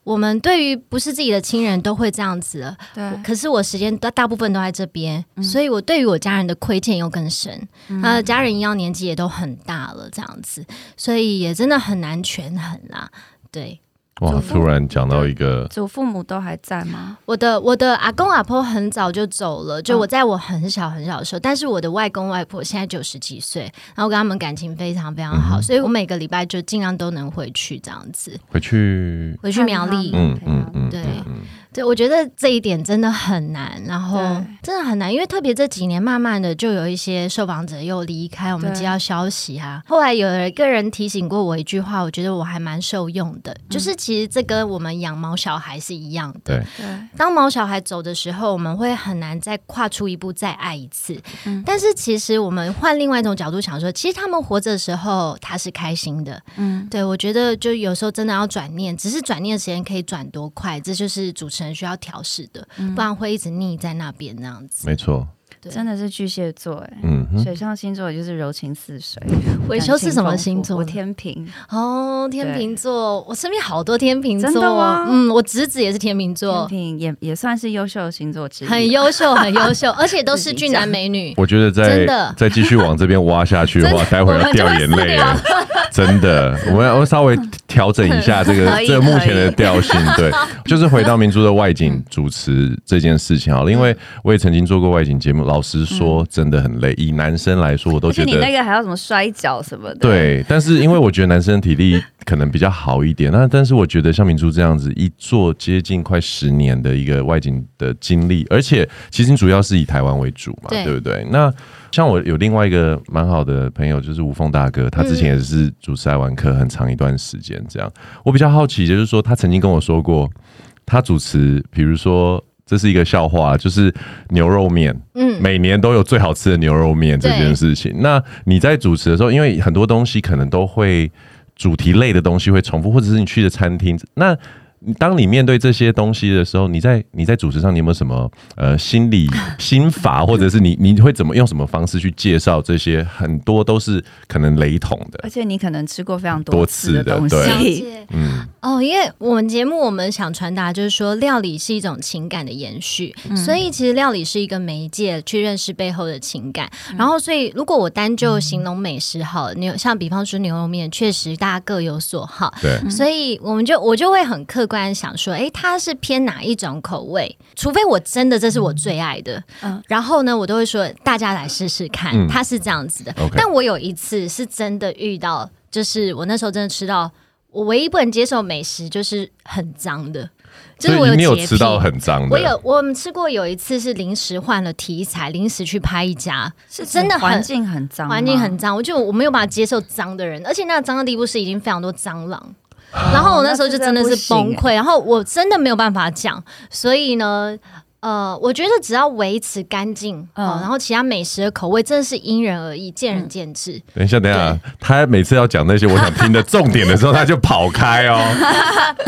Speaker 3: 我们对于不是自己的亲人都会这样子了，
Speaker 2: 对
Speaker 3: 可是我时间大大部分都在这边，所以我对于我家人的亏欠又更深。他的家人一样年纪也都很大了，这样子，所以也真的很难权衡啦。对，
Speaker 1: 哇，突然讲到一个，
Speaker 2: 祖父母都还在吗？
Speaker 3: 我的我的阿公阿婆很早就走了，就我在我很小很小的时候，但是我的外公外婆现在九十几岁，然后我跟他们感情非常非常好，所以我每个礼拜就尽量都能回去这样子，
Speaker 1: 回去，
Speaker 3: 回去苗栗。
Speaker 1: 嗯嗯嗯，
Speaker 3: 对
Speaker 1: 嗯嗯
Speaker 3: 对，我觉得这一点真的很难，然后
Speaker 2: 对
Speaker 3: 真的很难，因为特别这几年，慢慢的就有一些受访者又离开，我们
Speaker 2: 对
Speaker 3: 接到消息啊。后来有一个人提醒过我一句话，我觉得我还蛮受用的，就是
Speaker 2: 嗯
Speaker 3: 其实这跟我们养毛小孩是一样的。
Speaker 1: 嗯对，
Speaker 2: 对
Speaker 3: 当毛小孩走的时候，我们会很难再跨出一步再爱一次。
Speaker 2: 嗯
Speaker 3: 但是其实我们换另外一种角度想说，其实他们活着的时候他是开心的。
Speaker 2: 嗯，
Speaker 3: 对我觉得就有时候真的要转念，只是转念的时间可以转多
Speaker 2: 嗯
Speaker 3: 快，这就是主持人需要调试的，不然会一直腻在那边那样子。
Speaker 1: 没错，
Speaker 3: 对，
Speaker 2: 真的是巨蟹座哎、
Speaker 1: 嗯哼，
Speaker 2: 水象星座也就是柔情似水。
Speaker 3: 维修是什么星座
Speaker 2: 我？天平，
Speaker 3: 哦，天秤座，我身边好多天秤座，
Speaker 2: 真的吗
Speaker 3: 嗯，我侄子也是天秤
Speaker 2: 天
Speaker 3: 座，
Speaker 2: 平也也算是优秀的星座之一。
Speaker 3: 很优秀，很 优秀，而且都
Speaker 2: 自
Speaker 3: 是
Speaker 2: 己
Speaker 3: 俊男
Speaker 2: 讲
Speaker 3: 美女。
Speaker 1: 我觉得再
Speaker 3: 真的
Speaker 1: 再继续往这边挖下去的 话，待会儿要掉眼泪了， 真的。我要我稍微调整一下这个
Speaker 2: 可以
Speaker 1: 这个目前
Speaker 2: 可以
Speaker 1: 的调性， 对，就是回到明珠的外景主持这件事情好了，因
Speaker 2: 嗯
Speaker 1: 为我也曾经做过外景节目，老实说真的很累。以男生来说，我都
Speaker 2: 而
Speaker 1: 觉
Speaker 2: 且
Speaker 1: 得
Speaker 2: 你那个还要什么摔跤什么的，，
Speaker 1: 对，但是因为我觉得男生体力可能比较好一点，那但是我觉得像明珠这样子一做接近快十年的一个外景的经历，而且其实你主要是以台湾为主嘛，对
Speaker 3: 对
Speaker 1: 不对？那像我有另外一个蛮好的朋友，就是吴峰大哥，他之前也是主持爱玩客很长一段时间，这样。我比较好奇，就是说他曾经跟我说过，他主持，比如说。这是一个笑话，就是牛肉面，
Speaker 3: 嗯，
Speaker 1: 每年都有最好吃的牛肉面这件事情。那你在主持的时候，因为很多东西可能都会主题类的东西会重复，或者是你去的餐厅，那你当你面对这些东西的时候，你在你在主持上，你有没有什么呃心 理心法，或者是你你会怎么用什么方式去介绍这些很多都是可能雷同的？
Speaker 3: 呃
Speaker 2: 而且你可能吃过非常
Speaker 1: 多
Speaker 2: 次
Speaker 1: 次的
Speaker 2: 东
Speaker 1: 对
Speaker 3: 了
Speaker 2: 西，
Speaker 3: 解
Speaker 1: 嗯，
Speaker 3: 哦，因为我们节目我们想传达就是说，料理是一种情感的延续，所以其实料理是一个媒介去认识背后的情感。然后，所以如果我单就形容美食好了，牛像比方说牛肉面，确实大家各有所好，
Speaker 1: 对，
Speaker 2: 嗯
Speaker 3: 所以我们就我就会很客观地想说，诶，它是偏哪一种口味？除非我真的这是我最爱的，
Speaker 2: 嗯
Speaker 3: 然后呢，我都会说大家来试试看，
Speaker 1: 嗯
Speaker 3: 它是这样子的。
Speaker 1: OK
Speaker 3: 但我有一次是真的遇到，就是我那时候真的吃到，我唯一不能接受美食就是很脏的，就是
Speaker 1: 所
Speaker 3: 我
Speaker 1: 以你
Speaker 3: 洁
Speaker 1: 有
Speaker 3: 癖。
Speaker 1: 吃到很脏的，
Speaker 3: 我有，我们吃过有一次是临时换了题材，临时去拍一家，
Speaker 2: 是
Speaker 3: 真的很
Speaker 2: 环境很脏吗，
Speaker 3: 环境很脏，我就我没有办法接受脏的人，而且那个脏的地步是已经非常多蟑螂。然后我哦那时候就真的欸是崩溃，然后我真的没有办法讲，所以呢，呃，我觉得只要维持干净，
Speaker 2: 嗯
Speaker 3: 哦，然后其他美食的口味真的是因人而异，见仁见智。
Speaker 1: 等一下，等一下，他每次要讲那些我想听的重点的时候，他就跑开 哦。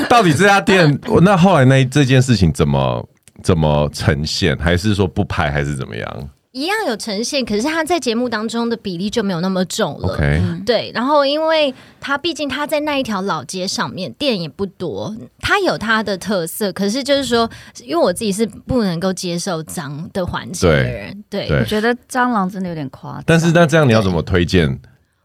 Speaker 1: 到底这家店，那后来那这件事情怎么怎么呈现？还是说不拍，还是怎么样
Speaker 3: 一样有呈现，可是它在节目当中的比例就没有那么重了。
Speaker 1: ？OK，
Speaker 3: 对，嗯然后因为它毕竟它在那一条老街上面店也不多，它有它的特色，可是就是说，因为我自己是不能够接受脏的环境的
Speaker 1: 对
Speaker 3: 人，对。
Speaker 1: 对
Speaker 2: 我觉得蟑螂真的有点夸张。
Speaker 1: 但是那这样你要怎么推荐？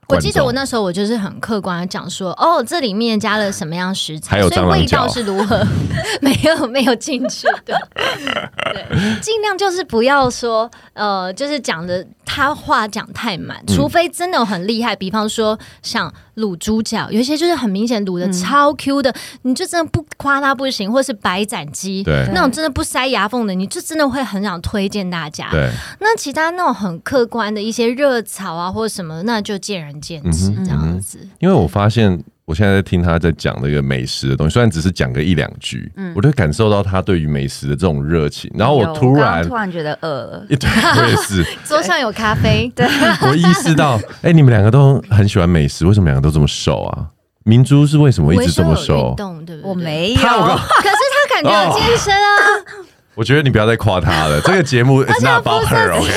Speaker 3: 我记得我。那时候我就是很客观的讲说，哦，这里面加了什么样的食材，
Speaker 1: 还有
Speaker 3: 所以
Speaker 1: 蟑螂
Speaker 3: 味道
Speaker 1: 脚
Speaker 3: 是如何， 没有没有进去的，对，尽量就是不要说，呃，就是讲的他话讲太满，
Speaker 1: 嗯
Speaker 3: 除非真的有很厉害，比方说像卤猪脚，有一些就是很明显
Speaker 1: 嗯
Speaker 3: 卤的超 Q 的，你就真的不夸它不行，或是白斩鸡，
Speaker 1: 对
Speaker 3: 那种真的不塞牙缝的，你就真的会很想推荐大家，
Speaker 1: 对，
Speaker 3: 那其他那种很客观的一些热潮啊，或者什么，那就见仁见智
Speaker 1: 嗯哼
Speaker 3: 这样子。
Speaker 1: 因为我发现我现在在听他在讲这个美食的东西，虽然只是讲个一两句，
Speaker 3: 嗯
Speaker 1: 我就感受到他对于美食的这种热情。然后我
Speaker 2: 有
Speaker 1: 突
Speaker 2: 刚刚
Speaker 1: 然，
Speaker 2: 突然觉得呃饿了，
Speaker 1: 一对，我也是，
Speaker 3: 桌上有咖啡，对，
Speaker 1: 我意识到，哎、你们两个都很喜欢美食，为什么两个都这么瘦啊？明珠是为什么一直这么
Speaker 3: 有
Speaker 1: 瘦
Speaker 3: 运？动，对不对？
Speaker 2: 我，没有，
Speaker 1: 他我告
Speaker 3: 可是他感觉有健身啊。
Speaker 1: 我觉得你不要再夸他了，这个节目 is not about her，OK？、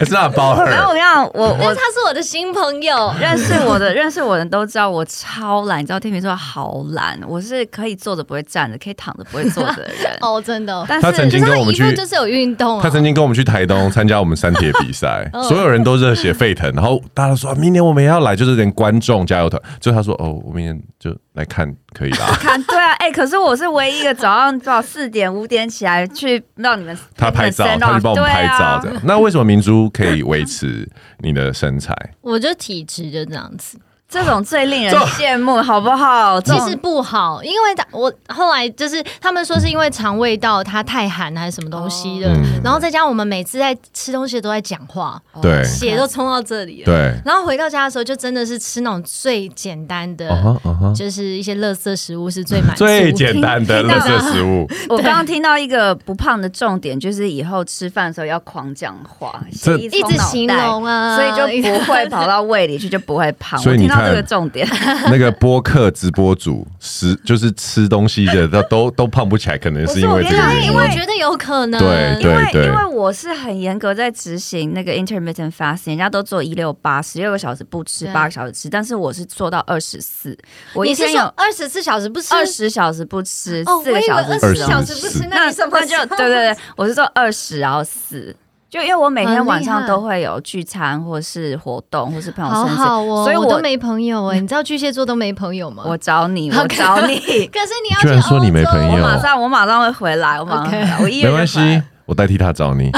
Speaker 1: It's not about
Speaker 2: 然
Speaker 1: her。
Speaker 2: 后 我跟你讲，我
Speaker 1: 哦
Speaker 3: 但
Speaker 2: 我
Speaker 3: 是他是我的新朋友，。
Speaker 2: 认识我的 认识我的人都知道我超懒，你知道天秤座好懒，我是可以坐着不会站着，可以躺着不会坐着的人
Speaker 3: 哦，真的哦、
Speaker 2: 但
Speaker 1: 他曾
Speaker 2: 是
Speaker 1: 经
Speaker 3: 可是
Speaker 1: 跟
Speaker 3: 他
Speaker 1: 我们
Speaker 3: 一副
Speaker 1: 去，
Speaker 3: 就是有运动啊。
Speaker 1: 他曾经跟我们去台东参加我们三铁比赛，
Speaker 3: 嗯
Speaker 1: 所有人都热血沸腾，然后大家都说啊明年我们也要来，就是连观众加油团。最后他说：“哦，我明年就来看，可以啦。
Speaker 2: 看对啊，哎、可是我是唯一一个早上多少四点五点起来去让你们”
Speaker 1: 他拍照，
Speaker 2: 让你
Speaker 1: 他就帮我们拍照
Speaker 2: 哦对
Speaker 1: 的
Speaker 2: 啊。
Speaker 1: 那为什么明珠可以维持你的身材？
Speaker 3: 我就体质就这样子，
Speaker 2: 这种最令人
Speaker 1: 这
Speaker 2: 羡慕，好不好？
Speaker 3: 其
Speaker 2: 这种
Speaker 3: 实不好，因为他我后来就是他们说是因为肠胃道它太寒还是什么东西的，
Speaker 1: 嗯
Speaker 3: 然后再加上我们每次在吃东西都在讲话，
Speaker 1: 对
Speaker 3: 血都冲到这里了。
Speaker 1: 对，
Speaker 3: 然后回到家的时候，就真的是吃那种最简单的，
Speaker 1: 啊哈啊哈，
Speaker 3: 就是一些垃圾啊食物是最满足。
Speaker 1: 最简单的垃圾食物，
Speaker 2: 我刚刚听到一个不胖的重点，就是以后吃饭的时候要狂讲话，
Speaker 1: 这
Speaker 2: 一
Speaker 3: 一直形容 啊，
Speaker 2: 所以就不会跑到胃里去，就不会胖。
Speaker 1: 所以你
Speaker 2: 我到这个
Speaker 1: 看
Speaker 2: 重点，
Speaker 1: 那个播客直播主食就是吃东西的，都都都胖不起来，可能是因为这个原因。
Speaker 3: 我觉得有可能，
Speaker 1: 对
Speaker 2: 因为
Speaker 1: 对
Speaker 2: 因为我是很严格在执行那个 intermittent fasting，人家都做一六八，十六个小时不吃，
Speaker 3: 对
Speaker 2: 八个小时吃，但是我是做到二十四，我一
Speaker 3: 你是
Speaker 2: 天
Speaker 3: 说
Speaker 2: 有
Speaker 3: 二十四小时不吃？
Speaker 2: 二十小时不吃，
Speaker 3: 哦，
Speaker 2: 四个
Speaker 3: 我以为
Speaker 2: 小
Speaker 3: 二
Speaker 2: 时
Speaker 3: 十
Speaker 2: 吃
Speaker 3: 四小时不吃，
Speaker 2: 那
Speaker 3: 你什么
Speaker 2: 那
Speaker 3: 时候
Speaker 2: 就对对对，我是做二十然后四，就因为我每天
Speaker 3: 很厉
Speaker 2: 晚上
Speaker 3: 害
Speaker 2: 都会有聚餐或是活动或是朋友
Speaker 3: 好
Speaker 2: 生日，
Speaker 3: 好哦，
Speaker 2: 所以
Speaker 3: 我
Speaker 2: 我嗯
Speaker 3: 都没朋友哎，你知道巨蟹座都没朋友吗？
Speaker 2: 我找你，我
Speaker 3: 好可
Speaker 2: 找你，
Speaker 3: 可是你要
Speaker 1: 居然
Speaker 3: 去
Speaker 1: 说你
Speaker 3: 欧
Speaker 1: 没
Speaker 3: 洲啊
Speaker 1: 朋
Speaker 2: 我
Speaker 1: 友
Speaker 2: 马上我马上会回来，我马上会回来，我一月
Speaker 1: 没
Speaker 2: 就
Speaker 1: 关
Speaker 2: 回来
Speaker 1: 系，我代替他找你。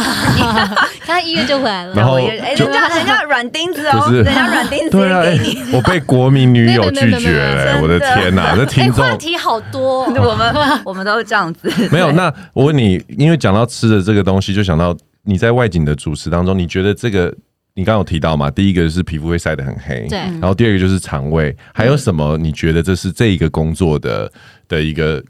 Speaker 3: 他一月就回来了。
Speaker 1: 然后
Speaker 2: 我也哎，
Speaker 1: 就
Speaker 2: 人家人家软钉子
Speaker 1: 不
Speaker 2: 哦，
Speaker 1: 是
Speaker 2: 人家软钉 子
Speaker 1: 对啊，
Speaker 2: 也
Speaker 1: 哎
Speaker 2: 给你。
Speaker 1: 我被国民女友拒绝了、
Speaker 2: 没没没没没
Speaker 1: 我的天哪、这
Speaker 3: 哎，
Speaker 1: 听众
Speaker 3: 话题好多哦，
Speaker 2: 我 们我们都是这样子，
Speaker 1: 没有。那我问你，因为讲到吃的这个东西，就想到你在外景的主持当中，你觉得这个你刚刚有提到嘛？第一个是皮肤会晒得很黑，
Speaker 3: 对
Speaker 2: 嗯
Speaker 1: 然后第二个就是肠胃，还有什么？你觉得这是这一个工作的的一个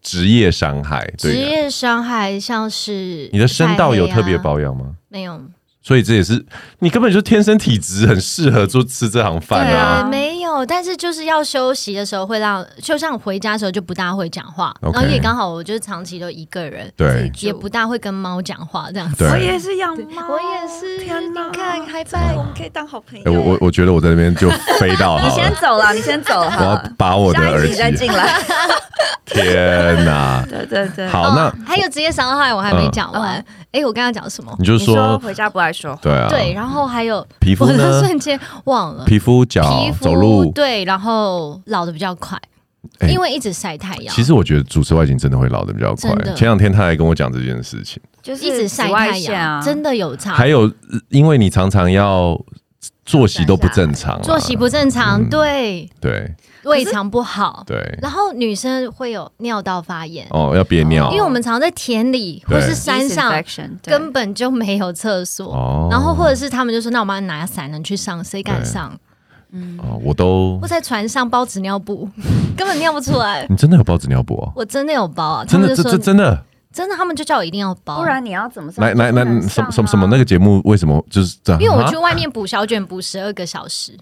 Speaker 1: 职业伤害？
Speaker 3: 职
Speaker 1: 对的，
Speaker 3: 业伤害像是
Speaker 1: 你的声道有特别
Speaker 3: 薄，
Speaker 1: 保养吗？
Speaker 3: 没有？
Speaker 1: 所以这也是你根本就天生体质，很适合做吃这行饭
Speaker 2: 对
Speaker 1: 啊。
Speaker 2: 啊
Speaker 3: 呃，没有，但是就是要休息的时候会让，就像回家的时候就不大会讲话
Speaker 1: OK
Speaker 3: 然后也刚好我就是长期都一个人，
Speaker 1: 对
Speaker 3: 也不大会跟猫讲话这样子。
Speaker 1: 对，
Speaker 2: 我也是养猫，
Speaker 3: 我也是，
Speaker 2: 天哪
Speaker 3: 你看，还拜
Speaker 2: 我们可以当好朋
Speaker 1: 哎我
Speaker 2: 友。
Speaker 1: 我我觉得我在那边就飞到
Speaker 2: 你
Speaker 1: 好
Speaker 2: 先
Speaker 1: 了。
Speaker 2: 走了，你先走了
Speaker 1: 我
Speaker 2: 好
Speaker 1: 要
Speaker 2: 了，
Speaker 1: 把我的
Speaker 2: 下
Speaker 1: 耳
Speaker 2: 一集再
Speaker 1: 机
Speaker 2: 进。来。
Speaker 1: 天哪！
Speaker 2: 对对对，
Speaker 1: 好，那
Speaker 3: 还有职业伤害我还没讲完。哎、我刚刚讲什么？
Speaker 1: 你就
Speaker 2: 你说
Speaker 1: 说
Speaker 2: 回家不爱说话，
Speaker 1: 对嗯啊，
Speaker 3: 对，然后还有
Speaker 1: 皮肤
Speaker 3: 我的
Speaker 1: 呢？
Speaker 3: 瞬间忘了。
Speaker 1: 皮肤、脚
Speaker 3: 皮、肤
Speaker 1: 走路，
Speaker 3: 对，然后老的比较快，
Speaker 1: 哎
Speaker 3: 因为一直晒太阳。
Speaker 1: 其实我觉得主持外景真的会老的比较快
Speaker 3: 啊真。的
Speaker 1: 前两天他来跟我讲这件事情，
Speaker 2: 就是
Speaker 3: 一直晒
Speaker 2: 紫
Speaker 3: 太
Speaker 2: 外线
Speaker 3: 阳，
Speaker 2: 啊，
Speaker 3: 真的有差。
Speaker 1: 还有呃因为你常常要作息都不正常啊，
Speaker 3: 作息不正常，
Speaker 1: 嗯
Speaker 3: 对，
Speaker 1: 对
Speaker 3: 胃肠不好，
Speaker 1: 对
Speaker 3: 然后女生会有尿道发炎，
Speaker 1: 哦，要憋尿
Speaker 3: 因为我们常在田里或是山上
Speaker 2: Disinfection，对
Speaker 3: 根本就没有厕所，
Speaker 1: 哦，
Speaker 3: 然后或者是他们就说，那我帮你拿伞能去上，谁敢
Speaker 1: 对
Speaker 3: 上？
Speaker 1: 哦，我都
Speaker 3: 或在船上包纸尿布， 根本尿不出来。
Speaker 1: 你真的有包纸尿布哦？
Speaker 3: 我真的有包啊，他
Speaker 1: 真
Speaker 3: 们
Speaker 1: 的
Speaker 3: 就
Speaker 1: 这
Speaker 3: 说
Speaker 1: 这啊真的
Speaker 3: 真的，他们就叫我一定要包，
Speaker 2: 不哦然你要怎么上？
Speaker 1: 来来来
Speaker 2: 不能
Speaker 1: 什
Speaker 2: 上
Speaker 1: 么嗯
Speaker 2: 啊
Speaker 1: 什么什么那个节目为什么就是这样？
Speaker 3: 因为我去
Speaker 1: 啊
Speaker 3: 外面补小卷补十二个 小时，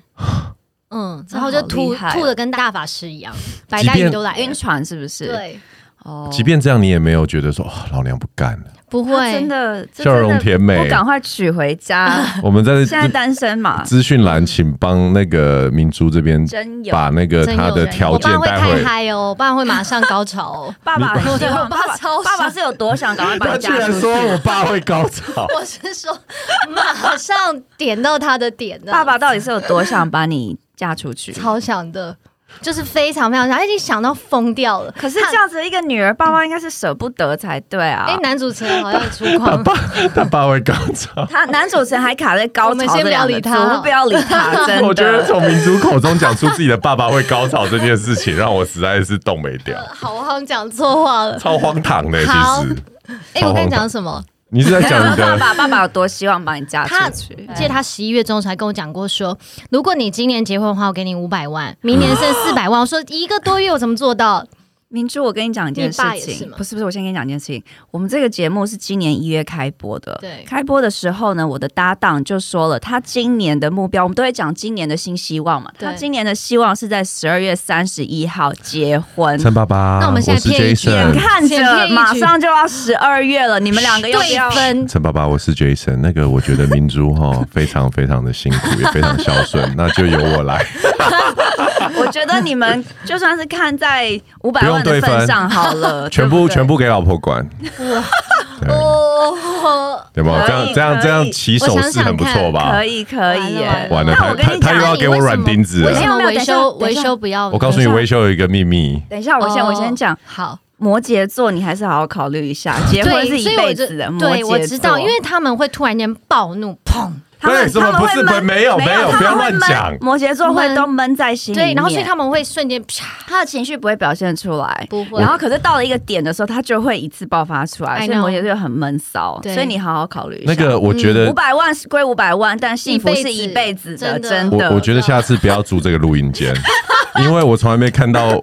Speaker 3: 嗯，然后就
Speaker 2: 这好
Speaker 3: 吐
Speaker 2: 厉害哦
Speaker 3: 吐的跟大法师一样，白
Speaker 1: 即
Speaker 3: 带
Speaker 1: 便
Speaker 3: 鱼都来
Speaker 2: 晕
Speaker 3: 了，
Speaker 2: 船是不是？，
Speaker 3: 对，
Speaker 2: 哦，
Speaker 1: 即便这样你也没有觉得说哦老娘不干 了，
Speaker 3: 不
Speaker 2: 他
Speaker 3: 会，
Speaker 2: 真的
Speaker 1: 笑
Speaker 2: 这真的
Speaker 1: 容甜美
Speaker 2: 我赶快娶 回家。
Speaker 1: 我们在
Speaker 2: 现在单 身嘛，
Speaker 1: 资讯栏，请帮那个明珠这边
Speaker 2: 真有
Speaker 1: 把那个
Speaker 3: 真
Speaker 1: 他
Speaker 3: 有
Speaker 1: 的
Speaker 3: 人
Speaker 1: 条
Speaker 3: 我爸
Speaker 1: 件
Speaker 3: 会
Speaker 1: 带
Speaker 3: 太
Speaker 1: 回。
Speaker 3: 嗨哦，我爸会马上高潮哦。
Speaker 2: 爸爸很希
Speaker 3: 对我
Speaker 2: 望，
Speaker 3: 爸
Speaker 2: 爸爸
Speaker 3: 超
Speaker 2: 爸爸是有多想赶快把
Speaker 1: 他
Speaker 2: 你
Speaker 1: 居
Speaker 2: 嫁
Speaker 1: 然
Speaker 2: 出
Speaker 1: 说我
Speaker 2: 去？
Speaker 1: 爸会高潮，
Speaker 3: 我是说，马上点到他的点的，
Speaker 2: 爸爸到底是有多想把你嫁出去？
Speaker 3: 超想的，就是非常非常想，他已经想到疯掉了。
Speaker 2: 可是这样子一个女儿，爸爸应该是舍不得才对啊
Speaker 3: 哎、。男主持人好像有出框，
Speaker 1: 他爸会高潮。
Speaker 2: 他男主持人还卡在高
Speaker 3: 我们
Speaker 2: 潮
Speaker 3: 先
Speaker 2: 这
Speaker 3: 不要
Speaker 2: 两个
Speaker 3: 理
Speaker 2: 字，
Speaker 3: 他
Speaker 2: 我都不要理他，真 的。
Speaker 1: 我觉得从明珠口中讲出自己的爸爸会高潮这件事情，让我实在是动没掉，
Speaker 3: 好，我好像讲错话了。
Speaker 1: 超荒唐的。
Speaker 3: 好
Speaker 1: 其实
Speaker 3: 哎、我跟你讲什么？
Speaker 1: 你是在 讲你
Speaker 2: 爸
Speaker 1: 的
Speaker 2: 爸爸爸有多希望把你嫁
Speaker 3: 他
Speaker 2: 出去
Speaker 3: 而？且他十一月中的时候还跟我讲过说，如果你今年结婚的话，我给你五百万，明年
Speaker 2: 啊
Speaker 3: 剩四百万。我说一个多月我怎么做到？
Speaker 2: 明珠，我跟你讲一件事
Speaker 3: 你爸也是
Speaker 2: 情
Speaker 3: 吗，
Speaker 2: 不是不是，我先跟你讲一件事情。我们这个节目是今年一月开播的，
Speaker 3: 对
Speaker 2: 开播的时候呢，我的搭档就说了，他今年的目标，我们都会讲今年的新希望嘛。
Speaker 3: 对
Speaker 2: 他今年的希望是在十二月三十一号 结婚。
Speaker 1: 陈爸爸，
Speaker 3: 那我们现在
Speaker 1: 是
Speaker 3: 骗一骗
Speaker 2: 眼
Speaker 1: Jason，
Speaker 2: 看
Speaker 3: 剪片
Speaker 2: 着
Speaker 3: 一举
Speaker 2: 马上就要十二月了，你们两个要不
Speaker 3: 对
Speaker 2: 要？
Speaker 3: 分
Speaker 1: 陈爸爸，我是 Jason。那个，我觉得明珠哈非常非常的辛苦，也非常孝顺，那就由我来。
Speaker 2: 我觉得你们就算是看在五百
Speaker 1: 不用
Speaker 2: 万的
Speaker 1: 对分
Speaker 2: 份上好了，
Speaker 1: 全
Speaker 2: 对
Speaker 1: 部
Speaker 2: 不对
Speaker 1: 全。部给老婆管，对
Speaker 3: 哦。
Speaker 1: 对吧？
Speaker 2: 可以
Speaker 1: 这样这样
Speaker 2: 可以
Speaker 1: 这样起手势很不错吧？
Speaker 2: 可以可以耶！
Speaker 1: 完了，
Speaker 2: 那
Speaker 1: 他
Speaker 2: 我跟
Speaker 1: 他
Speaker 2: 你
Speaker 1: 他又
Speaker 2: 讲，
Speaker 1: 要给我软钉子
Speaker 3: 为
Speaker 1: 了
Speaker 3: 什。么
Speaker 2: 没有没有
Speaker 3: 维修
Speaker 2: 等
Speaker 3: 维
Speaker 2: 一下
Speaker 3: 修不要？
Speaker 1: 我告诉你，
Speaker 2: 等一下
Speaker 1: 维修有一个秘密，
Speaker 2: 等一下，我先
Speaker 3: 哦
Speaker 2: 我先讲，
Speaker 3: 好。
Speaker 2: 摩羯座，你还是好好考虑一 下，结婚是
Speaker 3: 对，所
Speaker 2: 一
Speaker 3: 以我
Speaker 2: 辈
Speaker 3: 就
Speaker 2: 子的。摩羯
Speaker 3: 对，
Speaker 2: 座
Speaker 3: 我知道，因为他们会突然间暴怒，砰，
Speaker 2: 他们
Speaker 1: 对怎么
Speaker 2: 他们
Speaker 1: 不是
Speaker 2: 会闷
Speaker 1: 没有没有
Speaker 2: 他们
Speaker 1: 不要
Speaker 2: 会
Speaker 1: 乱
Speaker 2: 闷
Speaker 1: 讲
Speaker 2: 摩羯座会
Speaker 3: 闷
Speaker 2: 都闷在心里面，
Speaker 3: 对，然后所以他们会瞬间啪，
Speaker 2: 他的情绪不会表现出来。
Speaker 3: 不会，
Speaker 2: 然后，可是到了一个点的时候，他就会一次爆发出
Speaker 3: I
Speaker 2: 来，所以
Speaker 3: know
Speaker 2: 摩羯座很闷骚。
Speaker 3: 对
Speaker 2: 所以你好好考虑一下。
Speaker 1: 那个呃我觉得
Speaker 2: 五。百万是归五百万，但幸福是
Speaker 3: 一
Speaker 2: 一
Speaker 3: 辈
Speaker 2: 辈
Speaker 3: 子
Speaker 2: 子的，
Speaker 3: 真
Speaker 2: 真
Speaker 3: 的
Speaker 1: 我
Speaker 2: 的。
Speaker 1: 我觉得下次不要租这个录音间，因为我从来没看到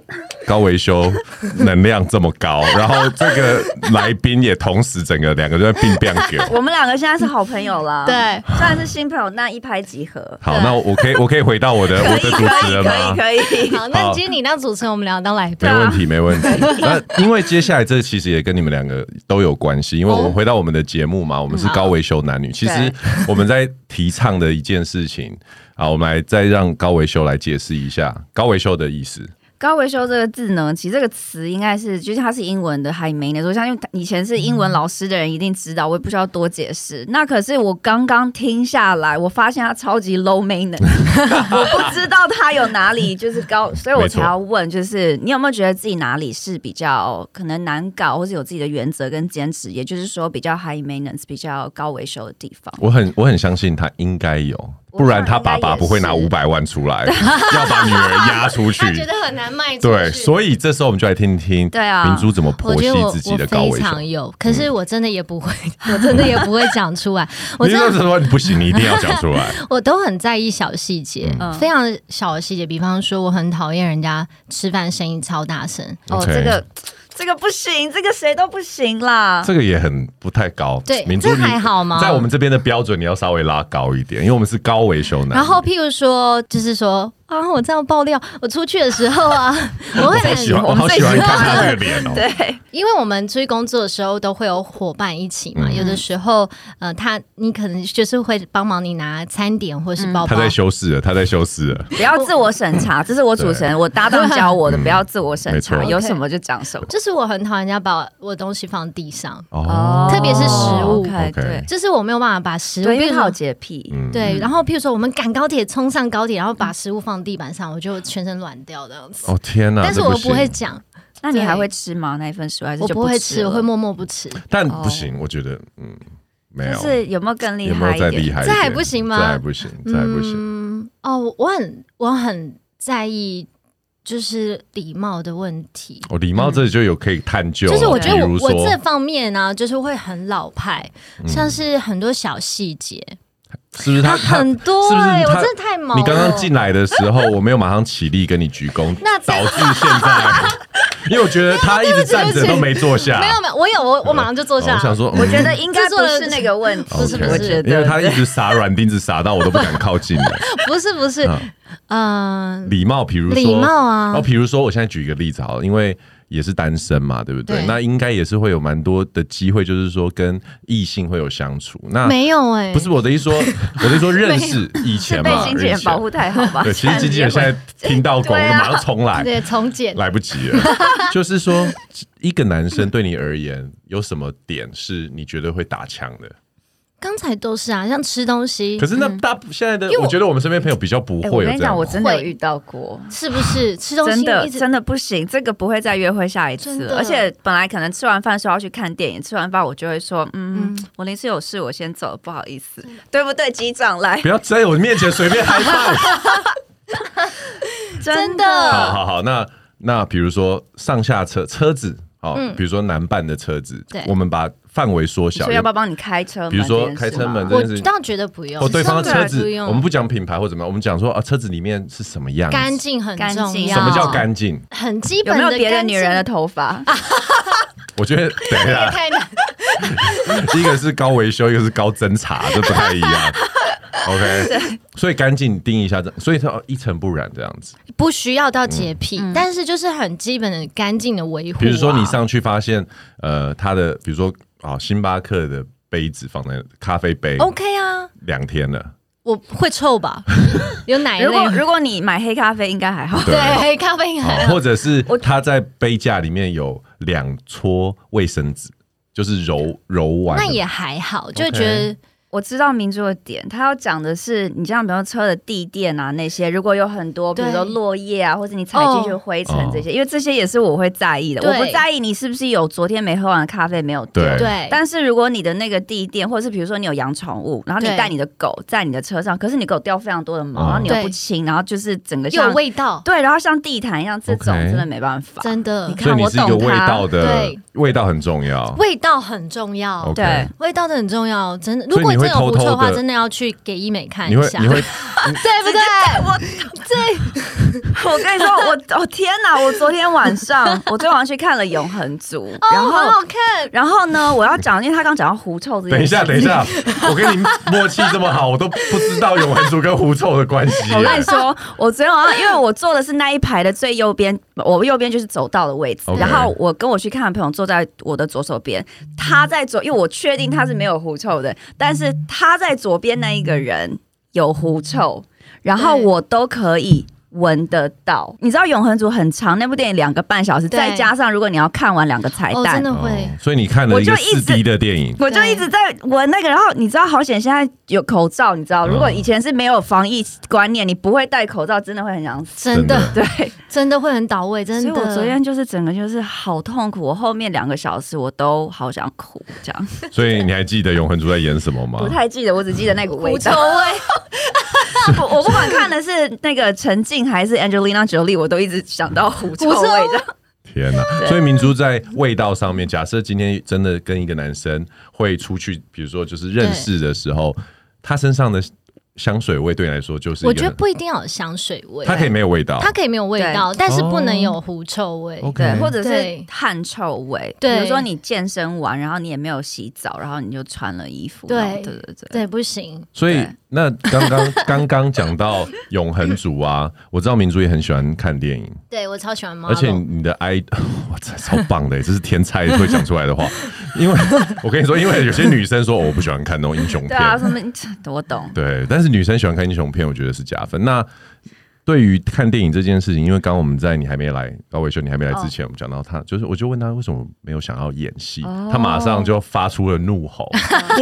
Speaker 1: 高维修能量这么高，然后这个来宾也同时整个两个人并变给。
Speaker 2: 我们两个现在是好朋友 了，
Speaker 3: 对，
Speaker 2: 虽然是新朋友，那一拍即合。
Speaker 1: 好，那我可以我可以回到我的我的主持人吗？
Speaker 2: 可以可以。
Speaker 3: 好，那今天你当主持人，我们俩当来宾
Speaker 1: 没。问题，没问题。那因为接下来这其实也跟你们两个都有关系，因为我
Speaker 2: 哦
Speaker 1: 们回到我们的节目嘛，我们是高维修男女。其实我们在提倡的一件事情啊，我们来再让高维修来解释一下高维修的意思。
Speaker 2: 高维修这个字呢，其实这个词应该是，就是它是英文的 high maintenance。我相信以前是英文老师的人一定知道，我也不需要多解释。那可是我刚刚听下来，我发现它超级 low maintenance，我不知道它有哪里就是高，所以我才要问，就是你有没有觉得自己哪里是比较可能难搞，或是有自己的原则跟坚持，也就是说比较 high maintenance、比较高维修的地方？
Speaker 1: 我很我很相信他应该有，
Speaker 2: 我
Speaker 1: 不然他
Speaker 2: 看
Speaker 1: 爸
Speaker 2: 应该
Speaker 1: 爸
Speaker 2: 也
Speaker 1: 不会拿
Speaker 2: 是
Speaker 1: 五百万出 来，要把女儿压出去
Speaker 3: 他。觉得很难卖出去。
Speaker 1: 对，所以这时候我们就来听听，
Speaker 2: 对啊
Speaker 1: 明珠怎么
Speaker 3: 我
Speaker 1: 剖
Speaker 3: 觉得
Speaker 1: 析
Speaker 3: 我
Speaker 1: 自己
Speaker 3: 我
Speaker 1: 的高
Speaker 3: 非
Speaker 1: 维嗯修。
Speaker 3: 常有，可是我真的也不会，我真的也不会讲出 来。我
Speaker 1: 你
Speaker 3: 真
Speaker 1: 那
Speaker 3: 的
Speaker 1: 时候不行，你一定要讲出 来。
Speaker 3: 我都很在意小细节，
Speaker 2: 嗯
Speaker 3: 非常小的细节。比方说，我很讨厌人家吃饭声音超大声。
Speaker 2: 哦，
Speaker 1: OK
Speaker 2: 这个这个不行，这个谁都不行啦。
Speaker 1: 这个也很不太高，
Speaker 3: 啊对
Speaker 1: 明珠
Speaker 3: 这
Speaker 1: 你
Speaker 3: 还好吗
Speaker 1: 在我们这边的标准，你要稍微拉高一点，因为我们是高维修男。
Speaker 3: 然后，譬如说，就是说啊，我这样爆料，我出去的时 候啊，我会
Speaker 1: 好
Speaker 3: 很
Speaker 1: 喜欢，我
Speaker 2: 我们
Speaker 1: 好
Speaker 2: 最
Speaker 1: 喜欢
Speaker 2: 喜欢
Speaker 1: 看他这个脸 哦。
Speaker 2: 对，
Speaker 3: 因为我们出去工作的时候都会有伙伴一起嘛，
Speaker 1: 嗯
Speaker 3: 有的时候呃，他你可能就是会帮忙你拿餐点或是包
Speaker 1: 嗯他
Speaker 3: 包。
Speaker 1: 在修饰了，他在修饰了。
Speaker 2: 不要自我 审查，这是我主持人，我搭档教我的，不要自我审查，
Speaker 1: 嗯没错
Speaker 2: 有什么就讲什么。
Speaker 3: 就是我很讨厌人家把我东西放地上，
Speaker 1: 哦，
Speaker 3: 特别是食物
Speaker 2: OK，
Speaker 1: OK
Speaker 2: 对
Speaker 3: 就是我没有办法把食物，
Speaker 2: 对，因为
Speaker 3: 譬
Speaker 2: 他
Speaker 3: 如
Speaker 2: 有
Speaker 3: 说
Speaker 2: 洁癖。
Speaker 1: 嗯，
Speaker 3: 对，然后譬如说我们赶高铁冲上高铁，然后把食物放地板上，我就全身软掉这样子。
Speaker 1: 哦天哪，
Speaker 3: 但是
Speaker 1: 这
Speaker 3: 我
Speaker 1: 行
Speaker 3: 不会，讲，
Speaker 2: 那你
Speaker 3: 对
Speaker 2: 还会吃吗？那一份食物还是
Speaker 3: 我
Speaker 2: 就
Speaker 3: 不会
Speaker 2: 吃
Speaker 3: 吃，
Speaker 2: 了？
Speaker 3: 我会默默不吃。
Speaker 1: 但
Speaker 2: 哦
Speaker 1: 不行，我觉得嗯，没有
Speaker 2: 就，是有没有更厉
Speaker 1: 有没
Speaker 2: 害
Speaker 1: 有
Speaker 2: 一
Speaker 1: 再厉
Speaker 2: 点？
Speaker 1: 害一
Speaker 3: 这
Speaker 1: 点？
Speaker 3: 还不行吗
Speaker 1: 这还不行，这还不行。
Speaker 3: 嗯，哦，我我很我很在意就是礼貌的问题。
Speaker 1: 哦，礼貌这里就有可以探究了，
Speaker 3: 就是我觉得
Speaker 1: 比
Speaker 3: 我
Speaker 1: 如说
Speaker 3: 我
Speaker 1: 嗯
Speaker 3: 这方面呢、就是会很老派，像是很多小细节，
Speaker 1: 是不是他
Speaker 3: 它
Speaker 1: 他
Speaker 3: 很多
Speaker 1: 是不是
Speaker 3: 哎、
Speaker 1: 他
Speaker 3: 我真的太毛了。
Speaker 1: 你刚刚进来的时候，我没有马上起立跟你鞠躬，
Speaker 3: 那这
Speaker 1: 导致现 在，因为我觉得他一直站着都没坐下。
Speaker 3: 没有没有，我有我我马上就坐
Speaker 1: 哦
Speaker 3: 下
Speaker 1: 啊我想
Speaker 3: 了。
Speaker 1: 说，
Speaker 2: 我
Speaker 1: 嗯
Speaker 2: 觉得应该
Speaker 3: 制作
Speaker 2: 不
Speaker 3: 人
Speaker 2: 是那个问题，
Speaker 3: 不是不是
Speaker 2: 我觉
Speaker 1: 因为
Speaker 2: 得
Speaker 1: 他一直撒软钉子撒到我都不敢靠近了。 啊
Speaker 3: 不是不 是，嗯、
Speaker 1: 礼貌，比如说
Speaker 3: 礼貌啊
Speaker 1: 然后比如说我现在举一个例子好了，因为也是单身嘛，对不对？
Speaker 3: 对
Speaker 1: 那应该也是会有蛮多的机会，就是说跟异性会有相处。那
Speaker 3: 没有哎、
Speaker 1: 啊不是我的意思说，我的意思说认识以前
Speaker 2: 是
Speaker 1: 嘛
Speaker 2: 被，经纪
Speaker 1: 以
Speaker 2: 人
Speaker 1: 前
Speaker 2: 保护太好吧？
Speaker 1: 对，其实经纪人现在听到狗，我
Speaker 2: 对
Speaker 1: 就
Speaker 2: 啊
Speaker 1: 马上重来。
Speaker 3: 对从简，
Speaker 1: 来不及了。就是说，一个男生对你而言有什么点是你觉得会打枪的？
Speaker 3: 刚才都是啊，像吃东西
Speaker 1: 可，是那大现在的
Speaker 3: 因为，我
Speaker 1: 我觉得我们身边朋友比较不会
Speaker 2: 哎我
Speaker 1: 有
Speaker 2: 跟你
Speaker 1: 这
Speaker 2: 讲，
Speaker 1: 样哦
Speaker 2: 我
Speaker 1: 的。
Speaker 2: 真的有
Speaker 3: 会
Speaker 2: 遇到过。
Speaker 3: 是不是吃东
Speaker 2: 真
Speaker 3: 西
Speaker 2: 的
Speaker 3: 一直
Speaker 2: 真的不行，这个不会再约会下一次
Speaker 3: 真
Speaker 2: 了。
Speaker 3: 的
Speaker 2: 而且本来可能吃完饭说要去看电影，吃完饭我就会说，嗯，
Speaker 3: 嗯
Speaker 2: 我临时有事，我先走了，不好意思，对不对？机长来，
Speaker 1: 不要在我面前随便嗨放。
Speaker 3: 真的
Speaker 1: 好好好，那那比如说上下车车子，好，
Speaker 3: 嗯
Speaker 1: 比如说男伴的车子
Speaker 3: 对，
Speaker 1: 我们把范围缩小
Speaker 2: 所以，要不要帮你开车门
Speaker 1: 比
Speaker 2: 这
Speaker 1: 如
Speaker 2: 件事吗？
Speaker 1: 说开车门这
Speaker 3: 我
Speaker 1: 件事情。
Speaker 3: 倒觉得不用，
Speaker 1: 哦，对方的车
Speaker 3: 不
Speaker 1: 子，
Speaker 3: 用
Speaker 1: 我们不讲品牌或怎么样，我们讲说啊，车子里面是什么样子？
Speaker 3: 干净很
Speaker 2: 干
Speaker 3: 重
Speaker 2: 净
Speaker 3: 要。
Speaker 1: 什么叫？干净？
Speaker 3: 很基
Speaker 2: 有
Speaker 3: 本
Speaker 2: 没
Speaker 3: 的
Speaker 2: 有别的啊
Speaker 3: 干
Speaker 2: 女
Speaker 3: 净
Speaker 2: 人的头发？
Speaker 1: 我觉得 等一 下，
Speaker 3: 太难。
Speaker 1: 一个是高维修，一个是高侦查，这不太一样。OK，所以干净定义一下，这所以它哦一尘不染这样子。
Speaker 3: 不需要到洁癖，
Speaker 2: 嗯
Speaker 3: 但是就是很基本的干净的维护啊、
Speaker 1: 嗯比如说你上去发现，呃，它的比如说啊、星巴克的杯子放在咖啡杯
Speaker 3: OK 啊，
Speaker 1: 两天了，
Speaker 3: 我会臭 吧？有奶类
Speaker 2: 如果
Speaker 3: 吗，
Speaker 2: 如果你买黑咖啡，应该还好。
Speaker 1: 对
Speaker 3: 对咖啡因还
Speaker 1: 哦，
Speaker 3: 好
Speaker 1: 或者是它在杯架里面有两撮卫生纸，就是揉揉完的，
Speaker 3: 那也还好，就觉得
Speaker 2: 我知道明珠的点，他要讲的是，你像比如说车的地垫啊那些，如果有很多，比
Speaker 3: 对
Speaker 2: 如说落叶啊，或者你踩进去的灰尘这些，
Speaker 1: 哦
Speaker 2: 因为这些也是我会在意的。
Speaker 3: 对
Speaker 2: 我不在意你是不是有昨天没喝完的咖啡没有丢，
Speaker 1: 对
Speaker 3: 对，
Speaker 2: 但是如果你的那个地垫，或者是比如说你有养宠物，然后你
Speaker 3: 对
Speaker 2: 带你的狗在你的车上，可是你狗掉非常多的毛，
Speaker 1: 哦
Speaker 2: 然后你又
Speaker 3: 对
Speaker 2: 不清，然后就是整个
Speaker 3: 又
Speaker 2: 像
Speaker 3: 有味道，
Speaker 2: 对，然后像地毯一样，这种
Speaker 1: OK
Speaker 2: 真的没办法。
Speaker 3: 真的
Speaker 2: 你看
Speaker 1: 所以你是一个
Speaker 2: 我懂
Speaker 1: 味
Speaker 2: 它
Speaker 1: 道的
Speaker 3: 对
Speaker 1: 味道很重要。
Speaker 3: 味道很重要。
Speaker 1: OK
Speaker 2: 对
Speaker 3: 味道真的很重要，真的。
Speaker 1: 哦所以
Speaker 3: 如果
Speaker 1: 你会
Speaker 3: 真的有
Speaker 1: 偷
Speaker 3: 狐臭
Speaker 1: 偷
Speaker 3: 的话，
Speaker 1: 地
Speaker 3: 真的要去给医美看
Speaker 1: 你
Speaker 3: 一
Speaker 1: 会
Speaker 3: 下，
Speaker 1: 你会
Speaker 3: 对不对？我
Speaker 2: 我跟你说，我哦天哪！我昨天晚上，我昨天晚上去看了《永恒族》，然
Speaker 3: 哦，很
Speaker 2: 后
Speaker 3: 好看。
Speaker 2: 然后呢，我要讲，因为他刚讲到狐臭这件
Speaker 1: 等一下，
Speaker 2: 事
Speaker 1: 等一下，我跟你默契这么好，我都不知道永恒族跟狐臭的关系耶。
Speaker 2: 我跟你说，我昨天晚上因为我坐的是那一排的最右边，我右边就是走道的位置。
Speaker 1: OK
Speaker 2: 然后我跟我去看的朋友坐在我的左手边，他在左，因为我确定他是没有狐臭的，但是他在左边那一个人有狐臭，然后
Speaker 3: 对
Speaker 2: 我都可以。闻得到，你知道《永恒族》很长，那部电影两个半小时，
Speaker 3: 对
Speaker 2: 再加上如果你要看完两个彩
Speaker 3: 哦，
Speaker 2: 蛋
Speaker 3: 真，的会。
Speaker 1: 哦所以你看了一个
Speaker 2: 我就一
Speaker 1: 四
Speaker 2: 直
Speaker 1: D 的电影，
Speaker 2: 我就一直在闻那个，然后你知道，好险现在有口罩，你知道，
Speaker 1: 嗯
Speaker 2: 如果以前是没有防疫观念，你不会戴口罩，真的会很想死。
Speaker 3: 真
Speaker 1: 真
Speaker 3: 的，
Speaker 2: 对，
Speaker 3: 真的会很倒位，真
Speaker 2: 所以
Speaker 3: 的。
Speaker 2: 我昨天就是整个就是好痛苦，我后面两个小时我都好想哭，这样
Speaker 1: 所以你还记得永恒族在演什么吗
Speaker 2: 不？太记得，我只记得那股味
Speaker 3: 狐臭
Speaker 2: 道。
Speaker 3: 味，
Speaker 2: 我我不管看的是那个陈静还是 Angelina Jolie，我都一直想到狐臭味
Speaker 3: 狐臭
Speaker 2: 这样。
Speaker 1: 天哪！所以明珠在味道上面，假设今天真的跟一个男生会出去，比如说就是认识的时候，他身上的香水味对你来说就是一个
Speaker 3: 我觉得不一定要有香水味，啊
Speaker 1: 他可以哦没有味道，
Speaker 3: 它可以没有味
Speaker 2: 对
Speaker 3: 道，但是不能有狐臭味。
Speaker 1: OK
Speaker 2: 对，或者是
Speaker 3: 对
Speaker 2: 汗臭味，
Speaker 3: 对
Speaker 2: 比如说你健身完，然后你也没有洗澡，然后你就穿了衣服，
Speaker 3: 对
Speaker 2: 然后对对对，
Speaker 3: 对，不行。
Speaker 1: 所以
Speaker 2: 对
Speaker 1: 那刚刚刚刚讲到永恒族啊， 我知道明珠也很喜欢看电影，
Speaker 3: 对我超喜欢 m
Speaker 1: 而且你的 i，哇塞，超棒的，这 是天才会讲出来的话。因为我跟你说，因为有些女生说、哦我不喜欢看那种英雄
Speaker 2: 对
Speaker 1: 片，
Speaker 2: 啊，什么我懂。
Speaker 1: 对，但是女生喜欢看英雄片，我觉得是加分。那对于看电影这件事情，因为刚刚我们在你还没来高伟修你还没来之前，我们讲到他，就是我就问他为什么没有想要演戏，
Speaker 3: 哦
Speaker 1: 他马上就发出了怒吼：“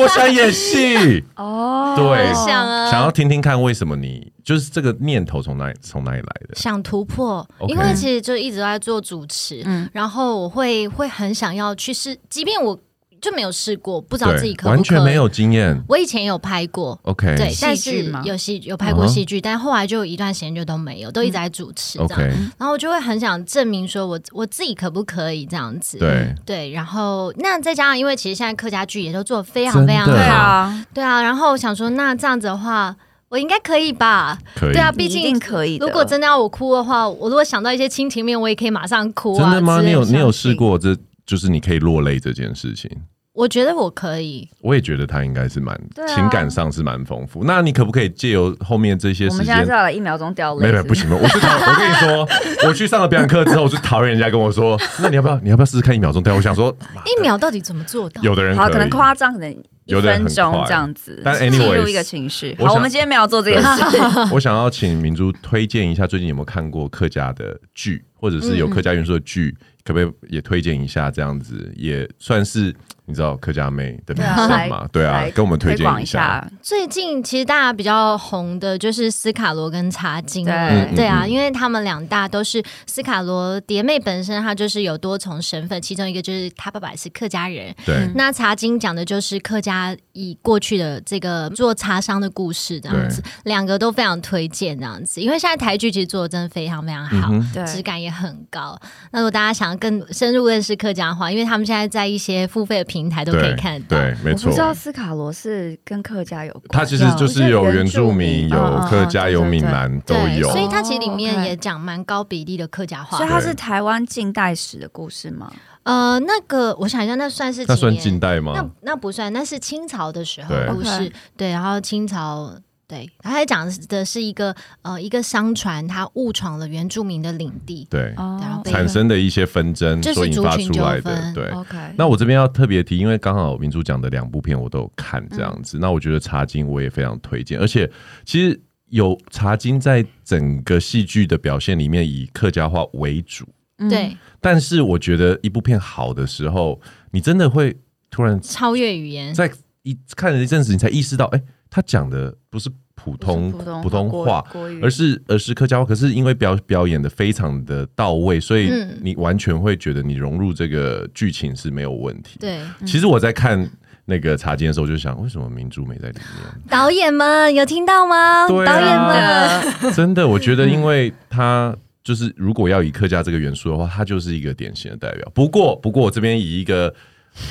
Speaker 1: 我想演戏！”
Speaker 2: 哦
Speaker 1: 对
Speaker 3: 想啊，
Speaker 1: 想要听听看为什么你就是这个念头从哪里从哪里来的？
Speaker 3: 想突破
Speaker 1: OK
Speaker 3: 因为其实就一直都在做主持，
Speaker 2: 嗯
Speaker 3: 然后我会会很想要去试，即便我就没有试过，不知道自己
Speaker 1: 对，
Speaker 3: 可不可以。
Speaker 1: 完全没有经验。
Speaker 3: 我以前有拍过，
Speaker 1: OK，
Speaker 3: 对，但
Speaker 2: 戏剧
Speaker 3: 是
Speaker 2: 吗
Speaker 3: 有戏有拍过
Speaker 1: 嗯
Speaker 3: 戏剧，但后来就有一段时间就都没有，都
Speaker 2: 嗯
Speaker 3: 一直在主持这样。
Speaker 1: ，OK，
Speaker 3: 然后我就会很想证明说我我自己可不可以这样子。
Speaker 1: 对，
Speaker 3: 对，然后那再加上，因为其实现在客家剧也都做的非
Speaker 1: 真
Speaker 3: 常
Speaker 1: 的
Speaker 3: 非常好，
Speaker 1: 对
Speaker 2: 对啊，
Speaker 3: 对啊。然后我想说，那这样子的话，我应该可以吧？
Speaker 1: 可以
Speaker 3: 对。啊，
Speaker 2: 你
Speaker 3: 毕
Speaker 2: 一
Speaker 3: 竟
Speaker 2: 定可以的。
Speaker 3: 如果真的要我哭的话，我如果想到一些亲情面，我也可以马上哭啊。
Speaker 1: 真的吗？
Speaker 3: 之
Speaker 1: 你
Speaker 3: 类
Speaker 1: 有
Speaker 3: 像
Speaker 1: 你有试过这就是你可以落泪这件事情？
Speaker 3: 我觉得我可以。
Speaker 1: 我也觉得他应该是蛮、
Speaker 2: 对啊
Speaker 1: 情感上是蛮丰富。那你可不可以借由后面这些
Speaker 2: 我
Speaker 1: 时
Speaker 2: 们现在
Speaker 1: 间
Speaker 2: 是？要来一秒钟掉
Speaker 1: 没
Speaker 2: 泪，
Speaker 1: 有
Speaker 2: 是
Speaker 1: 不
Speaker 2: 是
Speaker 1: 行，我是讨我跟你说，我去上了表演课之后，我就讨厌人家跟我说，那你要不要你要不要试试看一秒钟？对，我想说，妈的
Speaker 3: 一秒到底怎么做到？
Speaker 1: 有的人
Speaker 2: 好，可
Speaker 1: 可
Speaker 2: 能
Speaker 1: 以，
Speaker 2: 夸 张，可能一
Speaker 1: 有的人
Speaker 2: 分
Speaker 1: 很
Speaker 2: 钟
Speaker 1: 快
Speaker 2: 这样子，
Speaker 1: 但
Speaker 2: 记录
Speaker 1: anyways，
Speaker 2: 一个情绪。
Speaker 1: 我
Speaker 2: 好，我
Speaker 1: 想
Speaker 2: 们今天没有做这 个事，
Speaker 1: 我想要请明珠推荐一下，最近有没有看过客家的剧，或者是有客家元素的剧，
Speaker 2: 嗯
Speaker 1: 可不可以也推荐一下？这样子也算是你知道客家妹的名声嘛？对啊
Speaker 2: 来，
Speaker 1: 跟我们推
Speaker 2: 推
Speaker 1: 荐
Speaker 2: 广
Speaker 1: 一
Speaker 2: 一
Speaker 1: 下。
Speaker 2: 下。
Speaker 3: 最近其实大家比较红的就是斯卡罗跟茶金了，
Speaker 2: 对
Speaker 3: 对啊，
Speaker 1: 嗯嗯嗯
Speaker 3: 因为他们两大都是斯卡罗蝶妹本身，她就是有多重身份，其中一个就是她爸爸是客家人。
Speaker 1: 对
Speaker 2: 嗯
Speaker 3: 那茶经讲的就是客家以过去的这个做茶商的故事，这样子，两个都非常推荐这样子，因为现在台剧其实做的真的非常非常好。
Speaker 1: 嗯哼
Speaker 2: 对，
Speaker 3: 质感也很高。那如果大家想更深入认识客家话，因为他们现在在一些付费的平台都可以看到。
Speaker 1: 对，没
Speaker 2: 我不
Speaker 1: 错
Speaker 2: 知。道斯卡罗是跟客家有关，
Speaker 1: 它其实就是有原住民、有
Speaker 2: 嗯
Speaker 3: 嗯
Speaker 1: 客家、有闽南都有
Speaker 3: 所。以它其实里
Speaker 2: 哦
Speaker 3: 面
Speaker 2: ，OK
Speaker 3: 也讲蛮高比例的客家
Speaker 2: 所以它
Speaker 3: 话。
Speaker 2: 是台湾近代史的故事吗？
Speaker 3: 呃，那个我想一下，那算是
Speaker 1: 那
Speaker 3: 几
Speaker 1: 算
Speaker 3: 年
Speaker 1: 近代吗
Speaker 3: 那？那不算，那是清朝的时候
Speaker 1: 对
Speaker 3: 故事
Speaker 2: OK。
Speaker 3: 对，然后清朝。对，他还讲的是一个呃，一个商船，它误闯了原住民的领地，
Speaker 1: 对，
Speaker 3: 然后
Speaker 2: 哦
Speaker 3: 被
Speaker 1: 产生的一些纷争
Speaker 3: 就是
Speaker 1: 所引发出来
Speaker 3: 族群纠
Speaker 1: 的。
Speaker 3: 纷
Speaker 1: 对，
Speaker 2: ，OK，
Speaker 1: 那我这边要特别提，因为刚好明珠讲的两部片我都有看，这
Speaker 3: 嗯
Speaker 1: 样子。那我觉得《茶经》我也非常推荐，而且其实有《茶经》在整个戏剧的表现里面以客家话为主，
Speaker 2: 嗯
Speaker 3: 对，
Speaker 1: 但是我觉得一部片好的时候，你真的会突然
Speaker 3: 超越语言，
Speaker 1: 在一看了一阵子，你才意识到，哎、他讲的不是普通
Speaker 2: 不是普通嗯
Speaker 1: 普通
Speaker 2: 国
Speaker 1: 话
Speaker 2: 国语，
Speaker 1: 而是而是客家话。可是因为表表演的非常的到位，所以
Speaker 3: 嗯
Speaker 1: 你完全会觉得你融入这个剧情是没有问题。，
Speaker 3: 对，
Speaker 1: 其实我在看。那个茶间的时候，我就想为什么明珠没在里面？
Speaker 3: 导演们有听到吗？
Speaker 1: 对啊
Speaker 3: 导演们，
Speaker 2: 呃
Speaker 1: 真的，我觉得因为他就是如果要以客家这个元素的话，他就是一个典型的代表。不过，不过我这边以一个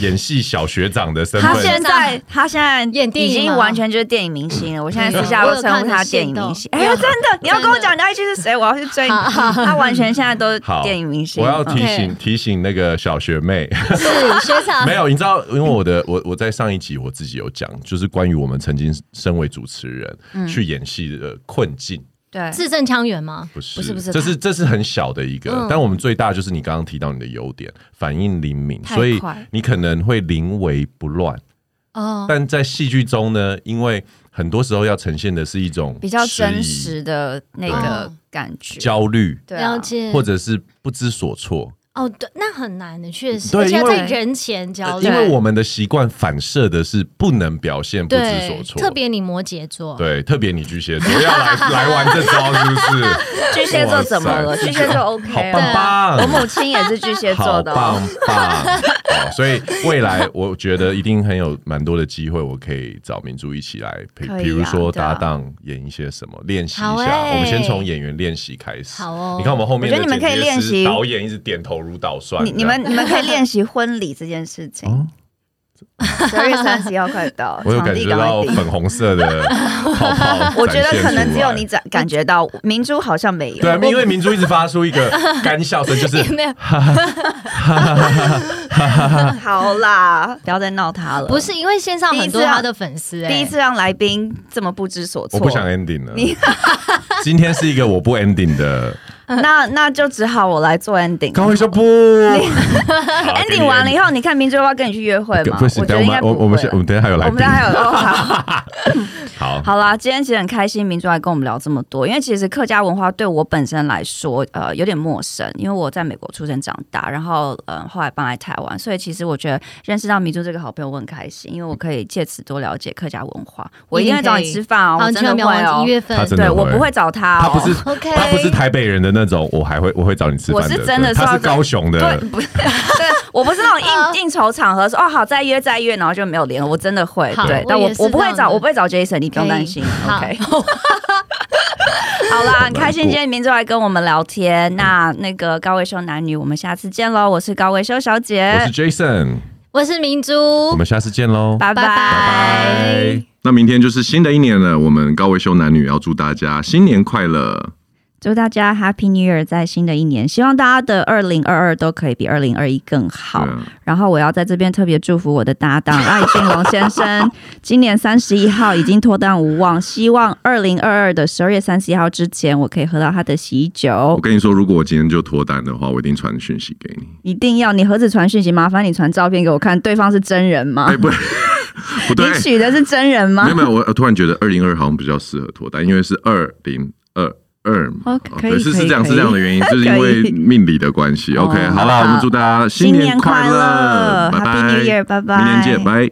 Speaker 1: 演戏小学长的身
Speaker 2: 他
Speaker 1: 份。
Speaker 2: 现在他现在
Speaker 3: 演电影
Speaker 2: 已经
Speaker 3: 吗
Speaker 2: 完全就是电影明星嗯了。我现在私下
Speaker 3: 我
Speaker 2: 都
Speaker 3: 有
Speaker 2: 称
Speaker 3: 看
Speaker 2: 呼
Speaker 3: 你
Speaker 2: 他
Speaker 3: 现
Speaker 2: 电影
Speaker 3: 动
Speaker 2: 明星。哎呀，真的，你要跟我讲你 IG 是谁，我要去追你。他完全现在都是
Speaker 1: 好，
Speaker 2: 电影明星。
Speaker 1: 我要
Speaker 2: 嗯
Speaker 1: 提醒提醒那个小学妹，
Speaker 3: 是 学 长
Speaker 1: 没有，你知道，因为我的 我我在上一集我自己有讲，就是关于我们曾经身为主持人、
Speaker 2: 嗯
Speaker 1: 去演戏的困境，
Speaker 2: 对，
Speaker 3: 字正腔圆吗？
Speaker 1: 不是，
Speaker 2: 不是不是
Speaker 1: 这是这是很小的一个，
Speaker 3: 嗯
Speaker 1: 但我们最大就是你刚刚提到你的优点，反应灵敏，
Speaker 2: 太
Speaker 1: 所以
Speaker 2: 快嗯
Speaker 1: 你可能会临危不乱，
Speaker 3: 哦，
Speaker 1: 但在戏剧中呢，因为很多时候要呈现的是一嗯种
Speaker 2: 比较
Speaker 1: 迟疑
Speaker 2: 真实的那个
Speaker 3: 对
Speaker 2: 感觉。
Speaker 1: 焦虑。
Speaker 2: 对啊
Speaker 3: 了解
Speaker 1: 或者是不知所措，
Speaker 3: 哦，对，那很难的，确实，
Speaker 1: 对
Speaker 3: 而且要
Speaker 1: 因呃
Speaker 2: 为
Speaker 3: 在人前交
Speaker 1: 因
Speaker 3: 流，
Speaker 1: 为我们的习惯反射的是不能表现不知所
Speaker 3: 对，
Speaker 1: 措，
Speaker 3: 特别你摩羯座，
Speaker 1: 对，特别你巨蟹座要来来玩这招，是不 是？
Speaker 2: 巨蟹座怎么了？
Speaker 1: 哇塞
Speaker 2: 巨蟹座 OK，
Speaker 1: 好
Speaker 2: 了
Speaker 1: 棒棒，
Speaker 2: 我母亲也是巨蟹座
Speaker 1: 好
Speaker 2: 的哦。
Speaker 1: 棒啊棒。哦所以未来我觉得一定很有蛮多的机会，我可以找明珠一起来，比
Speaker 2: 可以啊啊
Speaker 1: 比如说
Speaker 2: 对啊
Speaker 1: 搭档演一些什么，练习一
Speaker 3: 好
Speaker 1: 下。
Speaker 3: 欸
Speaker 1: 我们先从演员练习开始。
Speaker 3: 好哦
Speaker 1: 你看我们后面的
Speaker 2: 我觉得你们可以
Speaker 1: 剪接
Speaker 2: 练
Speaker 1: 师
Speaker 2: 习
Speaker 1: 导演一直点头如捣蒜。
Speaker 2: 你你们你们可以练习婚礼这件事情。
Speaker 1: 哦
Speaker 2: 十二月三十一号快到，
Speaker 1: 我有
Speaker 2: 场
Speaker 1: 感
Speaker 2: 地
Speaker 1: 觉
Speaker 2: 赶
Speaker 1: 到
Speaker 2: 快定。
Speaker 1: 粉红色的泡泡，
Speaker 2: 我觉得可能只有你。感感觉到，明珠好像没有。
Speaker 1: 对啊，因为明珠一直发出一个干笑声，就是
Speaker 3: 没 有，
Speaker 2: 好啦，不要再闹他了。
Speaker 3: 不是因为线上很多
Speaker 2: 第一次啊
Speaker 3: 他的粉丝，哎
Speaker 2: 第一次让来宾这么不知所措，
Speaker 1: 我不想 ending 了
Speaker 2: 你。
Speaker 1: 今天是一个我不 ending 的
Speaker 2: 那那就只好我来做 ending。
Speaker 1: 高慧说不
Speaker 2: ending 完了以后，你看明珠要不要跟你去约会吗？
Speaker 1: 不
Speaker 2: 我
Speaker 1: 行，
Speaker 2: 觉
Speaker 1: 等
Speaker 2: 得
Speaker 1: 一
Speaker 2: 应
Speaker 1: 下
Speaker 2: 该
Speaker 1: 我们我
Speaker 2: 不
Speaker 1: 我们
Speaker 2: 会
Speaker 1: 先
Speaker 2: 了。
Speaker 1: 我们等一下还有
Speaker 2: 我
Speaker 1: 来
Speaker 2: 们
Speaker 1: 宾
Speaker 2: 这，还有哦好，
Speaker 1: 好
Speaker 2: 好啦，今天其实很开心，明珠来跟我们聊这么多，因为其实客家文化对我本身来说，呃，有点陌生，因为我在美国出生长大，然后呃，后来搬来台湾，所以其实我觉得认识到明珠这个好朋友，我很开心，因为我可以借此多了解客家文化。我一定会找你吃饭哦，
Speaker 3: 好，
Speaker 2: 我
Speaker 3: 你
Speaker 2: 真
Speaker 3: 千
Speaker 2: 的
Speaker 3: 万不要
Speaker 2: 会
Speaker 3: 忘
Speaker 2: 哦
Speaker 3: 记一。月
Speaker 1: 他
Speaker 3: 份
Speaker 1: 真，的
Speaker 2: 对我不会找他、哦，
Speaker 1: 他不是
Speaker 3: OK
Speaker 1: 他不是台北人的那种，我还会我会找你吃饭
Speaker 2: 我是真的
Speaker 1: 对
Speaker 2: 是要
Speaker 1: 他是高雄
Speaker 2: 对
Speaker 1: 的，，
Speaker 2: 不是， 对，我不是那种应应酬场合说哦好再约再约，然后就没有联络，我真的会
Speaker 3: 好
Speaker 2: 对，
Speaker 3: 我
Speaker 2: 但我
Speaker 3: 也是
Speaker 2: 我不会
Speaker 3: 这样
Speaker 2: 找
Speaker 3: 的
Speaker 2: 我不会找 Jason，你不用
Speaker 3: 可以
Speaker 2: 担心
Speaker 3: 好
Speaker 2: ，OK。好啦，很开心今天明珠来跟我们聊天。那那个高维修男女，我们下次见喽！我是高维修小姐，
Speaker 1: 我是 Jason，
Speaker 3: 我是明珠
Speaker 1: 我，们下次见喽，
Speaker 2: 拜
Speaker 3: 拜拜
Speaker 1: 拜。那明天就是新的一年了，我们高维修男女要祝大家新年快乐。
Speaker 2: 祝大家 Happy New Year！在新的一年，希望大家的二零二二都可以比二零二一更好。
Speaker 1: 对啊
Speaker 2: 然后我要在这边特别祝福我的搭档 赖俊龙先生，今年三十一号已经脱单无望，希望二零二二的十二月三十一号之前，我可以喝到他的喜酒
Speaker 1: 我。跟你说，如果我今天就脱单的话，我一定传讯息给你。
Speaker 2: 一定要你何止传讯息，麻烦你传照片给我看，对方是真人吗？
Speaker 1: 哎，不，不对
Speaker 2: 你，娶的是真人吗
Speaker 1: 没有没有，我突然觉得二零二好像比较适合脱单，因为是二零二二嘛。
Speaker 2: ？OK，可以，哦
Speaker 1: 对是
Speaker 2: 可
Speaker 1: 是
Speaker 2: 以
Speaker 1: 这样，
Speaker 2: 可
Speaker 1: 是这样
Speaker 2: 以
Speaker 1: 的原 因，就是因为命理的关系。
Speaker 2: 哦
Speaker 1: OK，好了，
Speaker 2: 好
Speaker 1: 我们祝大家
Speaker 2: 新
Speaker 1: 年
Speaker 2: 快
Speaker 1: 乐，拜
Speaker 2: ，Happy New
Speaker 1: 拜，
Speaker 2: Year，拜拜，
Speaker 1: 明年见，拜。